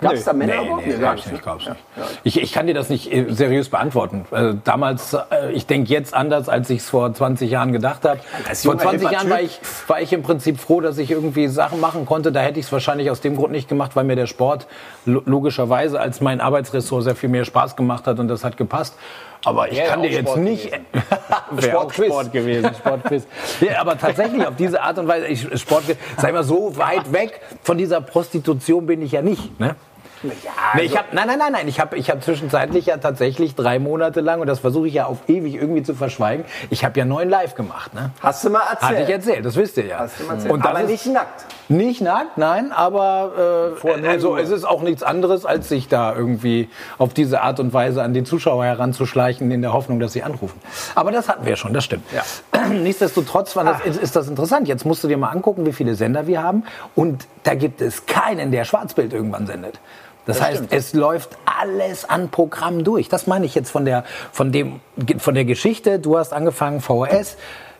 Speaker 1: Gab es da Männer?
Speaker 3: Nee,
Speaker 1: überhaupt?
Speaker 3: nee,
Speaker 1: Nee, gar
Speaker 3: gab's
Speaker 1: nicht,
Speaker 3: nicht,
Speaker 1: ne?
Speaker 3: gab's nicht. Ich, ich kann dir das nicht äh, seriös beantworten. Äh, damals, äh, ich denke jetzt anders, als ich es vor 20 Jahren gedacht habe.
Speaker 1: Als
Speaker 3: Vor
Speaker 1: junger,
Speaker 3: 20
Speaker 1: hipper
Speaker 3: Jahren
Speaker 1: Typ.
Speaker 3: war ich, war ich im Prinzip froh, dass ich irgendwie Sachen machen konnte. Da hätte ich es wahrscheinlich aus dem Grund nicht gemacht, weil mir der Sport lo- logischerweise als mein Arbeitsressort sehr viel mehr Spaß gemacht hat und das hat gepasst. Aber ich
Speaker 2: Wäre
Speaker 3: kann dir
Speaker 2: auch
Speaker 3: jetzt
Speaker 2: Sport
Speaker 3: nicht. <laughs> Wäre auch
Speaker 2: Sportquiz.
Speaker 3: Sport gewesen. Sportquiz. <laughs> ja, aber tatsächlich auf diese Art und Weise, ich, Sport, sei mal so weit weg von dieser Prostitution bin ich ja nicht. Ne? Nee, ich hab, nein, nein, nein, nein. Ich habe ich hab zwischenzeitlich ja tatsächlich drei Monate lang, und das versuche ich ja auf ewig irgendwie zu verschweigen, ich habe ja neun live gemacht. Ne?
Speaker 1: Hast du mal erzählt?
Speaker 3: Hatte ich erzählt, das wisst ihr ja.
Speaker 1: Hast du mal erzählt.
Speaker 3: Und das
Speaker 1: Aber
Speaker 3: ist-
Speaker 1: nicht nackt.
Speaker 3: Nicht nackt, nein, aber äh, also es ist auch nichts anderes, als sich da irgendwie auf diese Art und Weise an die Zuschauer heranzuschleichen, in der Hoffnung, dass sie anrufen. Aber das hatten wir schon, das stimmt. <clears throat> Nichtsdestotrotz war das, ist, ist das interessant. Jetzt musst du dir mal angucken, wie viele Sender wir haben. Und da gibt es keinen, der Schwarzbild irgendwann sendet. Das, heißt, es läuft alles an Programmen durch. Das meine ich jetzt von der, von dem, von der Geschichte. Du hast angefangen, VHS.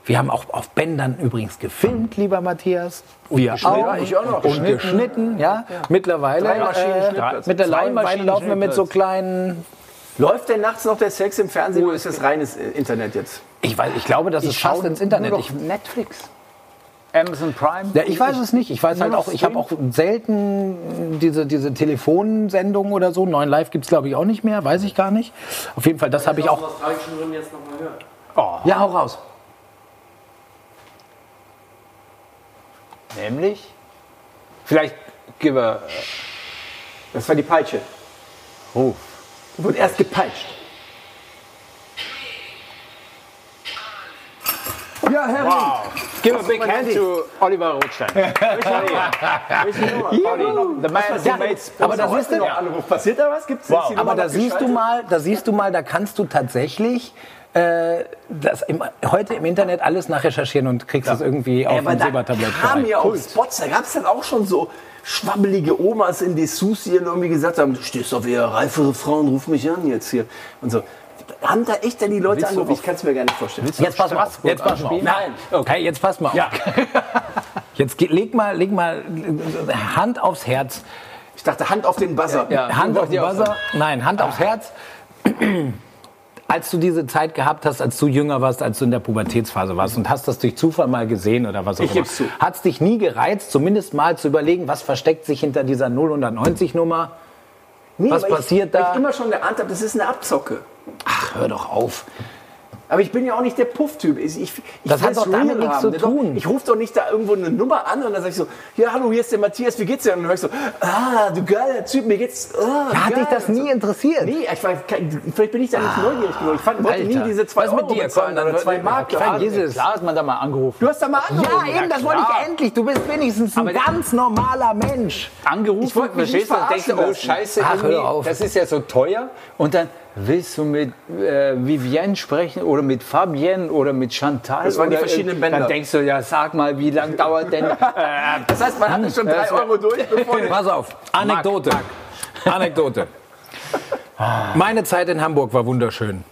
Speaker 3: Wir haben auch auf Bändern übrigens gefilmt, lieber Matthias. Wir auch.
Speaker 1: ich auch noch.
Speaker 3: Und geschnitten, ja. Mittlerweile,
Speaker 1: Drei Maschinen
Speaker 3: äh,
Speaker 1: Schnittplatz.
Speaker 2: Zwei
Speaker 3: mittlerweile
Speaker 2: Maschinen
Speaker 3: laufen wir mit so
Speaker 2: Schnittplatz.
Speaker 3: kleinen...
Speaker 1: Läuft denn nachts noch der Sex im Fernsehen oder ist das reines äh, Internet jetzt?
Speaker 3: Ich, weiß, ich glaube, das ist fast ins Internet.
Speaker 2: Nur
Speaker 3: Ich,
Speaker 2: noch Netflix. Amazon Prime.
Speaker 1: Ne-
Speaker 3: ja, ich weiß es nicht. Ich weiß halt auch, ich habe auch selten diese, diese Telefonsendungen oder so. Neun Live gibt es, glaube ich, auch nicht mehr. Weiß ich gar nicht. Auf jeden Fall, das habe ich auch...
Speaker 5: Aus australischen Gründen jetzt nochmal hören.
Speaker 3: Ja, hau raus.
Speaker 2: Nämlich? Vielleicht gehen wir
Speaker 1: Das war die Peitsche.
Speaker 2: Oh.
Speaker 1: Wurde erst gepeitscht. Ja, Harry.
Speaker 2: Give a big
Speaker 1: man
Speaker 2: hand
Speaker 1: nicht.
Speaker 2: to Oliver Rothstein.
Speaker 1: Juhu.
Speaker 2: The man who made
Speaker 3: Aber da siehst du,
Speaker 1: Anruf. Passiert da was? Gibt's
Speaker 2: Wow.
Speaker 1: ist die Nummer
Speaker 3: aber da
Speaker 1: noch
Speaker 3: siehst du
Speaker 1: geschaltet?
Speaker 3: mal, da siehst du mal, da kannst du tatsächlich äh, das im, heute im Internet alles nachrecherchieren und kriegst es irgendwie auf
Speaker 1: aber
Speaker 3: ein
Speaker 1: da
Speaker 3: Silbertablett
Speaker 1: kamen
Speaker 3: gereiht.
Speaker 1: ja auch Spots, da gab es dann auch schon so schwabbelige Omas in Dessous, die dann irgendwie gesagt haben, du stehst auf eher reifere Frauen, ruf mich an jetzt hier. Und so. Haben da echt dann die Leute angerufen? Ich kann es mir gar nicht vorstellen.
Speaker 3: Jetzt pass mal auf.
Speaker 2: Straßburg
Speaker 3: Jetzt pass mal auf.
Speaker 2: anspielen?
Speaker 3: Nein. Okay, jetzt pass mal auf. <laughs> Jetzt ge- leg mal, leg mal äh, Hand aufs Herz.
Speaker 1: Ich dachte, Hand auf den Buzzer.
Speaker 3: Hand auf den Buzzer. Nein, Hand
Speaker 1: Ah.
Speaker 3: aufs Herz. <clears throat> Als du diese Zeit gehabt hast, als du jünger warst, als du in der Pubertätsphase warst und hast das durch Zufall mal gesehen oder was auch
Speaker 1: Ich
Speaker 3: immer,
Speaker 1: geb's zu.
Speaker 3: hat es dich nie gereizt, zumindest mal zu überlegen, was versteckt sich hinter dieser 090-Nummer?
Speaker 1: Nee,
Speaker 3: Was
Speaker 1: aber
Speaker 3: passiert
Speaker 1: ich,
Speaker 3: da?
Speaker 1: weil Ich immer schon geahnt habe, das ist eine Abzocke.
Speaker 3: Ach, hör doch auf.
Speaker 1: Aber ich bin ja auch nicht der Puff-Typ. Ich, ich, ich
Speaker 3: Das hat
Speaker 1: will's
Speaker 3: doch damit
Speaker 1: real
Speaker 3: nichts
Speaker 1: haben.
Speaker 3: zu tun.
Speaker 1: Ich rufe doch nicht da irgendwo eine Nummer an und dann sag ich so, ja, hallo, hier ist der Matthias, wie geht's dir? Und dann hör ich so, ah, du geiler Typ, mir geht's, ah,
Speaker 3: Hat
Speaker 1: geil.
Speaker 3: dich das nie interessiert?
Speaker 1: Nee, ich war, kein- vielleicht bin ich da nicht neugierig genug. Ich fand, wollte nie
Speaker 3: Alter,
Speaker 1: diese zwei
Speaker 3: was ist mit
Speaker 1: Euro
Speaker 3: dir?
Speaker 1: bezahlen
Speaker 3: Komm, dann
Speaker 1: oder zwei
Speaker 3: hör-
Speaker 1: Mark.
Speaker 3: Klar,
Speaker 1: Ja,
Speaker 3: Jesus.
Speaker 2: Klar ist man da mal angerufen.
Speaker 1: Du hast da mal angerufen.
Speaker 3: Ja, eben, das wollte
Speaker 2: klar.
Speaker 3: ich endlich. Du bist wenigstens ein
Speaker 2: Aber-
Speaker 3: ganz normaler Mensch.
Speaker 2: angerufen,
Speaker 1: Ich wollte mich nicht
Speaker 2: verstehst du, und
Speaker 1: verarschen
Speaker 2: denkst, oh
Speaker 1: lassen.
Speaker 2: scheiße,
Speaker 3: Ach,
Speaker 2: irgendwie,
Speaker 3: hör auf.
Speaker 2: das ist ja so teuer. Und dann willst du mit äh, Vivienne sprechen oder mit Fabienne oder mit Chantal.
Speaker 1: Das waren die
Speaker 2: oder,
Speaker 1: verschiedenen
Speaker 2: Bänder.
Speaker 1: Bänder.
Speaker 2: Dann denkst du, ja sag mal, wie lange
Speaker 1: <laughs>
Speaker 2: dauert denn... Äh,
Speaker 1: Das heißt, man hatte schon drei Euro <laughs> durch, bevor der-
Speaker 3: Pass auf, Anekdote. Anekdote. Meine Zeit in Hamburg war wunderschön.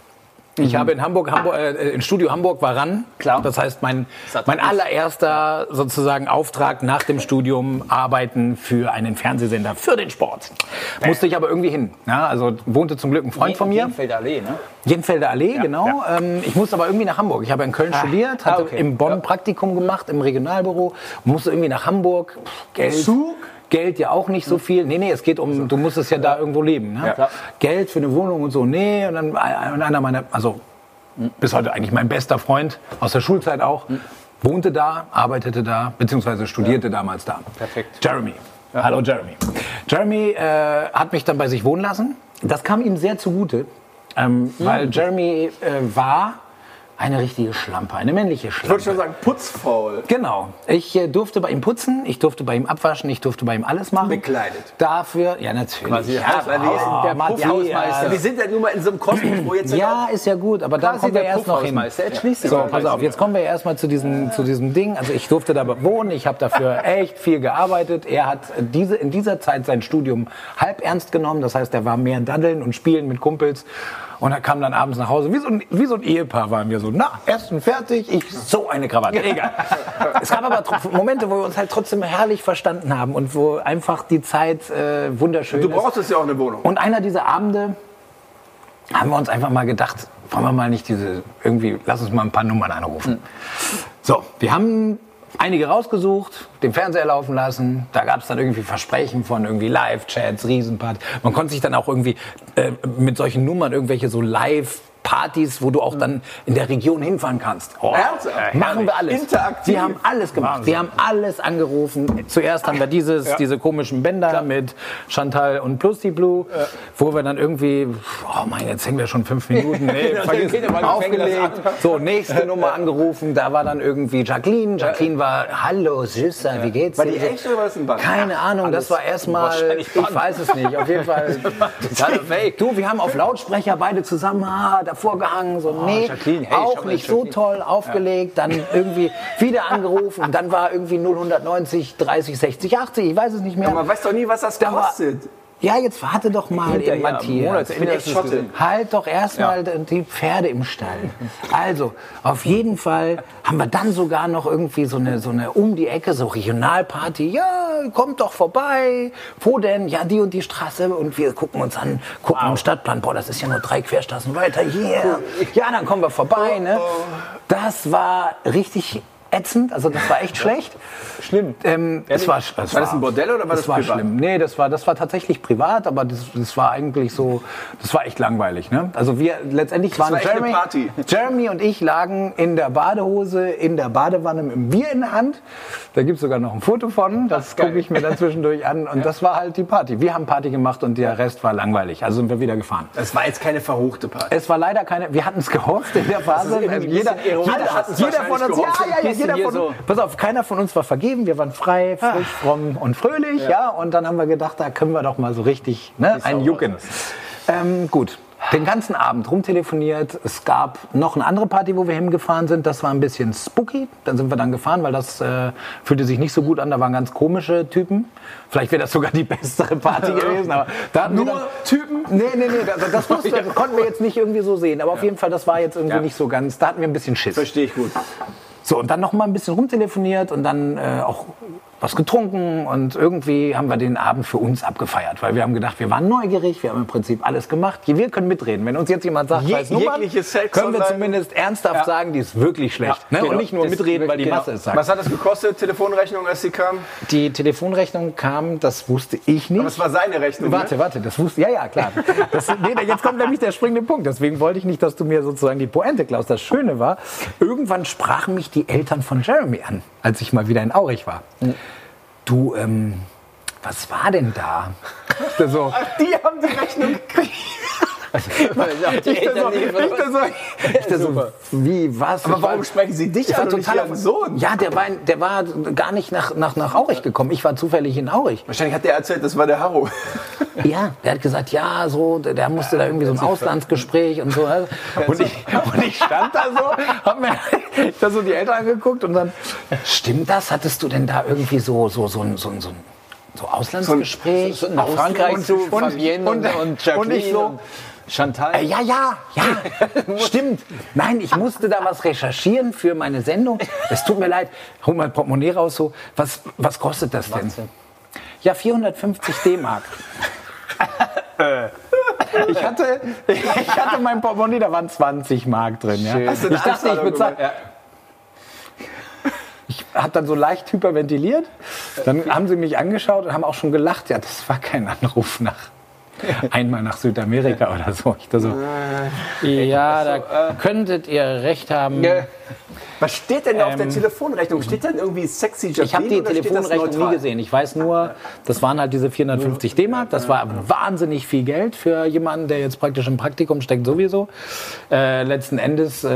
Speaker 3: Ich habe in Hamburg, Hamburg äh, in Studio Hamburg war ran. Mhm. Klar. Das heißt, mein, mein allererster sozusagen Auftrag nach dem Studium, arbeiten für einen Fernsehsender, für den Sport. Musste ich aber irgendwie hin. Ja, also wohnte zum Glück ein Freund von mir.
Speaker 2: Jenfeld Allee, ne?
Speaker 3: Jenfelder Allee, genau. Ähm, ich musste aber irgendwie nach Hamburg. Ich habe in Köln studiert, hatte
Speaker 2: okay.
Speaker 3: in Bonn Praktikum gemacht im Regionalbüro, musste irgendwie nach Hamburg. Pff, Geld. Geld ja auch nicht so viel. Nee, nee, es geht um, du musstest ja da irgendwo leben. Ne?
Speaker 2: Klar.
Speaker 3: Geld für eine Wohnung und so, nee. Und dann und einer meiner, also bis heute eigentlich mein bester Freund, aus der Schulzeit auch,
Speaker 1: Hm.
Speaker 3: wohnte da, arbeitete da, beziehungsweise studierte damals da.
Speaker 2: Perfekt.
Speaker 3: Jeremy. Hallo Jeremy. Jeremy äh, hat mich dann bei sich wohnen lassen. Das kam ihm sehr zugute, ähm,
Speaker 1: Hm.
Speaker 3: weil Jeremy äh, war eine richtige Schlampe, eine männliche
Speaker 1: Ich
Speaker 3: Schlampe.
Speaker 1: wollte schon sagen, putzfaul.
Speaker 3: Genau. Ich äh, durfte bei ihm putzen, ich durfte bei ihm abwaschen, ich durfte bei ihm alles machen.
Speaker 1: Bekleidet.
Speaker 3: Dafür, ja natürlich.
Speaker 2: Quasi Haus-
Speaker 1: weil wir sind
Speaker 3: oh,
Speaker 1: der
Speaker 3: Matthias.
Speaker 2: Puffhausmeister.
Speaker 1: Wir sind ja nun mal in so einem Kosmos, wo jetzt
Speaker 3: Ja, ist ja gut, aber da
Speaker 2: Quasi
Speaker 3: kommen wir
Speaker 2: der
Speaker 3: erst noch hin.
Speaker 2: Puffhausmeister. Jetzt schließt sich
Speaker 3: so,
Speaker 2: der
Speaker 3: pass
Speaker 2: Kreis
Speaker 3: auf, jetzt kommen wir erstmal zu diesem, zu diesem Ding. Also ich durfte da wohnen, ich habe
Speaker 2: <laughs>
Speaker 3: dafür echt viel gearbeitet. Er hat diese, in dieser Zeit sein Studium halb ernst genommen. Das heißt, er war mehr Daddeln und Spielen mit Kumpels. Und er kam dann abends nach Hause. Wie so, ein, wie so ein Ehepaar waren wir so. Na, erst und fertig, ich so eine Krawatte. Egal. es gab aber tro- Momente, wo wir uns halt trotzdem herrlich verstanden haben und wo einfach die Zeit äh, wunderschön
Speaker 1: Du
Speaker 3: ist.
Speaker 1: brauchtest ja auch eine Wohnung.
Speaker 3: Und einer dieser Abende haben wir uns einfach mal gedacht, wollen wir mal nicht diese, irgendwie, lass uns mal ein paar Nummern
Speaker 1: Hm.
Speaker 3: anrufen. So, wir haben einige rausgesucht, den Fernseher laufen lassen, da gab es dann irgendwie Versprechen von irgendwie Live-Chats, Riesenpart. Man konnte sich dann auch irgendwie äh, mit solchen Nummern irgendwelche so live Partys, wo du auch dann in der Region hinfahren kannst. Oh,
Speaker 1: Hm. Ernsthaft?
Speaker 3: machen wir alles.
Speaker 1: Interaktiv.
Speaker 3: Die haben alles gemacht. Die haben alles angerufen. Zuerst haben wir dieses, diese komischen Bänder mit Chantal und Plus die Blue, wo wir dann irgendwie, oh mein, jetzt hängen wir schon fünf
Speaker 1: <laughs>
Speaker 3: Minuten. Nee, vergiss,
Speaker 1: okay, dann fang- fang
Speaker 3: aufgelegt.
Speaker 1: das
Speaker 3: So, nächste Nummer angerufen. Da war dann irgendwie Jacqueline. Jacqueline war, hallo, Süßer, wie geht's
Speaker 1: War
Speaker 3: dir?
Speaker 1: die echt oder war das ein Band?
Speaker 3: Keine Ahnung, das war erstmal. Ich weiß es nicht.
Speaker 1: <laughs>
Speaker 3: Auf jeden Fall. du, wir haben auf Lautsprecher beide zusammen ah, davor gehangen. So, nee,
Speaker 2: Jacqueline, hey, schau
Speaker 3: auch
Speaker 2: mal,
Speaker 3: nicht so
Speaker 2: Jacqueline.
Speaker 3: toll aufgelegt. Dann irgendwie wieder angerufen. Dann war irgendwie 090, 30, 60, 80. Ich weiß es nicht mehr.
Speaker 1: Man weiß doch nie, was das
Speaker 3: Da war-
Speaker 1: kostet.
Speaker 3: ja, jetzt warte doch mal, eben, Matthias.
Speaker 1: Ich bin echt Schotte.
Speaker 3: Halt doch erstmal die Pferde im Stall. Also, auf jeden Fall haben wir dann sogar noch irgendwie so eine, so eine um die Ecke, so Regionalparty. Ja, kommt doch vorbei. Wo denn? Ja, die und die Straße. Und wir gucken uns an, gucken im Stadtplan. Boah, das ist ja nur drei Querstraßen weiter. Yeah. Ja, dann kommen wir vorbei.
Speaker 1: Oh,
Speaker 3: Ne? Das war richtig ätzend. Also, das war echt schlecht. Schlimm. Ähm, es war, es
Speaker 1: War das ein Bordell oder war das
Speaker 3: das war
Speaker 1: privat?
Speaker 3: schlimm. Ähm, Nee, das war, das war tatsächlich privat, aber das, das war eigentlich so, das war echt langweilig. Ne? Also wir letztendlich waren
Speaker 1: war echt eine
Speaker 3: Jeremy,
Speaker 1: Party.
Speaker 3: Jeremy und ich lagen in der Badehose, in der Badewanne mit dem Bier in der Hand. Da gibt es sogar noch ein Foto von, das gucke ich mir dann zwischendurch an. Und das war halt die Party. Wir haben Party gemacht und der Rest war langweilig. Also sind wir wieder gefahren.
Speaker 1: Das war jetzt keine verruchte Party.
Speaker 3: Es war leider keine, wir hatten es gehofft in der Phase. Also jeder, jeder,
Speaker 1: hat's
Speaker 3: jeder von
Speaker 1: wahrscheinlich
Speaker 3: uns, ja,
Speaker 1: gehofft.
Speaker 3: ja, ja,
Speaker 2: Bisschen
Speaker 3: jeder
Speaker 2: hier
Speaker 3: von uns,
Speaker 2: so.
Speaker 3: pass auf, keiner von uns war vergeben, wir waren frei, frisch, fromm und fröhlich, ja. und dann haben wir gedacht, da können wir doch mal so richtig, ne, einen jucken. Ähm, gut. Den ganzen Abend rumtelefoniert. Es gab noch eine andere Party, wo wir hingefahren sind. Das war ein bisschen spooky. Dann sind wir dann gefahren, weil das äh, fühlte sich nicht so gut an. Da waren ganz komische Typen. Vielleicht wäre das sogar die bessere Party gewesen. Aber da hatten wir
Speaker 1: Nur
Speaker 3: dann,
Speaker 1: Typen?
Speaker 3: Nee, nee, nee, also das,
Speaker 1: <laughs>
Speaker 3: wusste, das konnten wir jetzt nicht irgendwie so sehen. Aber auf jeden Fall, das war jetzt irgendwie nicht so ganz. Da hatten wir ein bisschen Schiss.
Speaker 1: Verstehe ich gut.
Speaker 3: Ne? So, und dann noch mal ein bisschen rumtelefoniert und dann äh, auch was getrunken und irgendwie haben wir den Abend für uns abgefeiert, weil wir haben gedacht, wir waren neugierig, wir haben im Prinzip alles gemacht. Wir können mitreden. Wenn uns jetzt jemand sagt,
Speaker 1: Je-
Speaker 3: weiß Nummern,
Speaker 1: jegliche Sex-
Speaker 3: können wir
Speaker 1: online-
Speaker 3: zumindest ernsthaft sagen, die ist wirklich schlecht. ne?
Speaker 1: Genau.
Speaker 3: Und nicht nur
Speaker 2: Das-
Speaker 3: mitreden, weil die
Speaker 2: genau.
Speaker 3: Masse es sagt.
Speaker 1: Was hat das gekostet, Telefonrechnung, als sie kam?
Speaker 3: Die Telefonrechnung kam, das wusste ich nicht.
Speaker 1: Aber es war seine Rechnung.
Speaker 3: Warte,
Speaker 1: ne?
Speaker 3: warte, das wusste ja, ja, klar. Das, nee, jetzt kommt nämlich der springende Punkt. Deswegen wollte ich nicht, dass du mir sozusagen die Pointe klaust. Das Schöne war, irgendwann sprachen mich die Eltern von Jeremy an, als ich mal wieder in Aurich war.
Speaker 1: Mhm.
Speaker 3: Du, ähm, was war denn da? Ich da
Speaker 1: <laughs>
Speaker 3: so,
Speaker 1: <laughs> Die haben die Rechnung gekriegt.
Speaker 3: ich da so, ich da so, ich da so wie, was?
Speaker 1: Aber
Speaker 3: Ich
Speaker 1: warum
Speaker 3: war-
Speaker 1: sprechen sie dich
Speaker 3: ich
Speaker 1: an
Speaker 3: war
Speaker 1: und nicht
Speaker 3: total auf
Speaker 1: ihren Sohn?
Speaker 3: Ja, der war, in- der war gar nicht nach, nach, nach Aurich gekommen. Ich war zufällig in Aurich.
Speaker 1: Wahrscheinlich hat der erzählt, das war der Harro.
Speaker 3: Ja, der hat gesagt, ja, so, der, der musste da irgendwie so ein Auslandsgespräch und so. <laughs> Und ich, und ich stand da so, hab mir <laughs> da so die Eltern angeguckt und dann, stimmt das? Hattest du denn da irgendwie so, so, so, ein- so, ein- so ein so Auslandsgespräch
Speaker 2: So nach Frankreich zu Fabienne und, und, Jacqueline
Speaker 3: Und ich so,
Speaker 2: Chantal.
Speaker 3: äh, Ja, ja, <laughs> ja, stimmt. Nein, ich musste da was recherchieren für meine Sendung. Es tut mir leid. Hol mein Portemonnaie raus. So, was, was kostet das denn? Ja, 450 D-Mark.
Speaker 1: Äh.
Speaker 3: Ich hatte, ich hatte mein Portemonnaie, da waren 20 Mark drin. Ja.
Speaker 1: Hast du eine
Speaker 3: Ich dachte, ich
Speaker 1: Anzahlung
Speaker 3: bezahle.
Speaker 1: gemacht? Ja.
Speaker 3: Ich habe dann so leicht hyperventiliert. Dann haben sie mich angeschaut und haben auch schon gelacht. Ja, das war kein Anruf nach einmal nach Südamerika oder so. Ich da so
Speaker 1: Äh.
Speaker 6: Ja, da könntet ihr recht haben.
Speaker 1: <laughs> Was steht denn da auf der Telefonrechnung? Steht dann irgendwie sexy Jacqueline
Speaker 3: Ähm, Ich habe die
Speaker 1: oder steht das
Speaker 3: Telefonrechnung nie
Speaker 1: neutral?
Speaker 3: gesehen. Ich weiß nur, das waren halt diese 450 D-Mark. Das war wahnsinnig viel Geld für jemanden, der jetzt praktisch im Praktikum steckt sowieso. Äh, letzten Endes äh,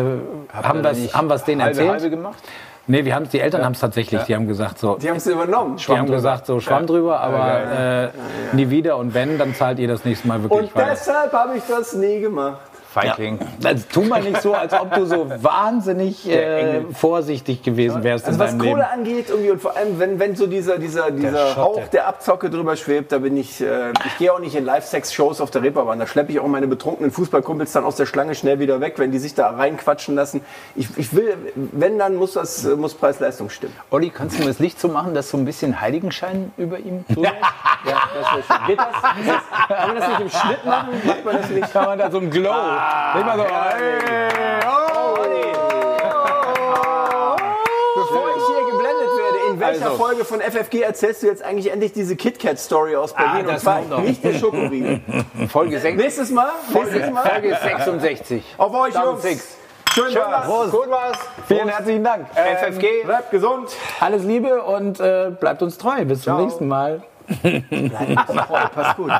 Speaker 3: haben wir es haben wir's denen
Speaker 2: halbe,
Speaker 3: erzählt.
Speaker 2: halbe gemacht?
Speaker 3: Nee, wir haben's, die Eltern haben es tatsächlich. Die haben gesagt so,
Speaker 1: Die haben es übernommen.
Speaker 3: die haben gesagt so Schwamm drüber, aber äh, nie wieder. Und wenn, dann zahlt ihr das nächste Mal wirklich
Speaker 1: Und
Speaker 3: weiter.
Speaker 1: deshalb habe ich das nie gemacht.
Speaker 2: Feigling.
Speaker 1: Ähm,
Speaker 3: Also, tu mal nicht so, als ob du so wahnsinnig äh, vorsichtig gewesen wärst
Speaker 1: Also
Speaker 3: in
Speaker 1: was
Speaker 3: deinem
Speaker 1: Kohle
Speaker 3: Leben.
Speaker 1: angeht irgendwie und vor allem, wenn, wenn so dieser, dieser, dieser Hauch der Abzocke drüber schwebt, da bin ich, äh, ich gehe auch nicht in Live-Sex-Shows auf der Reeperbahn. Da schleppe ich auch meine betrunkenen Fußballkumpels dann aus der Schlange schnell wieder weg, wenn die sich da reinquatschen lassen. Ich, ich will, wenn, dann muss das, äh, muss Preis-Leistung stimmen.
Speaker 2: Olli, kannst du mir das Licht so machen, dass so ein bisschen Heiligenschein
Speaker 1: <laughs>
Speaker 2: über ihm so ist?
Speaker 1: Ja, das wäre schön. Geht das? Ist das? Kann man das nicht im Schnitt machen? Macht man das nicht? Ah. Kann man da so ein Glow?
Speaker 3: Leg mal so,
Speaker 1: Oh. Bevor ich hier geblendet werde, in welcher welcher
Speaker 2: Also.
Speaker 1: Folge von FFG erzählst du jetzt eigentlich endlich diese KitKat-Story aus Berlin?
Speaker 2: Ah, das
Speaker 1: und zwar
Speaker 2: kommt noch.
Speaker 1: nicht der Schokoriegel.
Speaker 2: <laughs> Folge, sech-
Speaker 1: Nächstes Mal, nächstes Mal.
Speaker 2: Folge 66.
Speaker 1: Auf euch,
Speaker 2: Down
Speaker 1: Jungs.
Speaker 2: six.
Speaker 1: Schön war's. Äh,
Speaker 3: Prost. Gut war's. Vielen herzlichen Dank.
Speaker 2: FFG.
Speaker 1: Bleibt gesund.
Speaker 3: Alles
Speaker 2: Oh,
Speaker 3: Liebe und äh, bleibt uns treu. Bis zum nächsten Mal.
Speaker 1: Passt gut.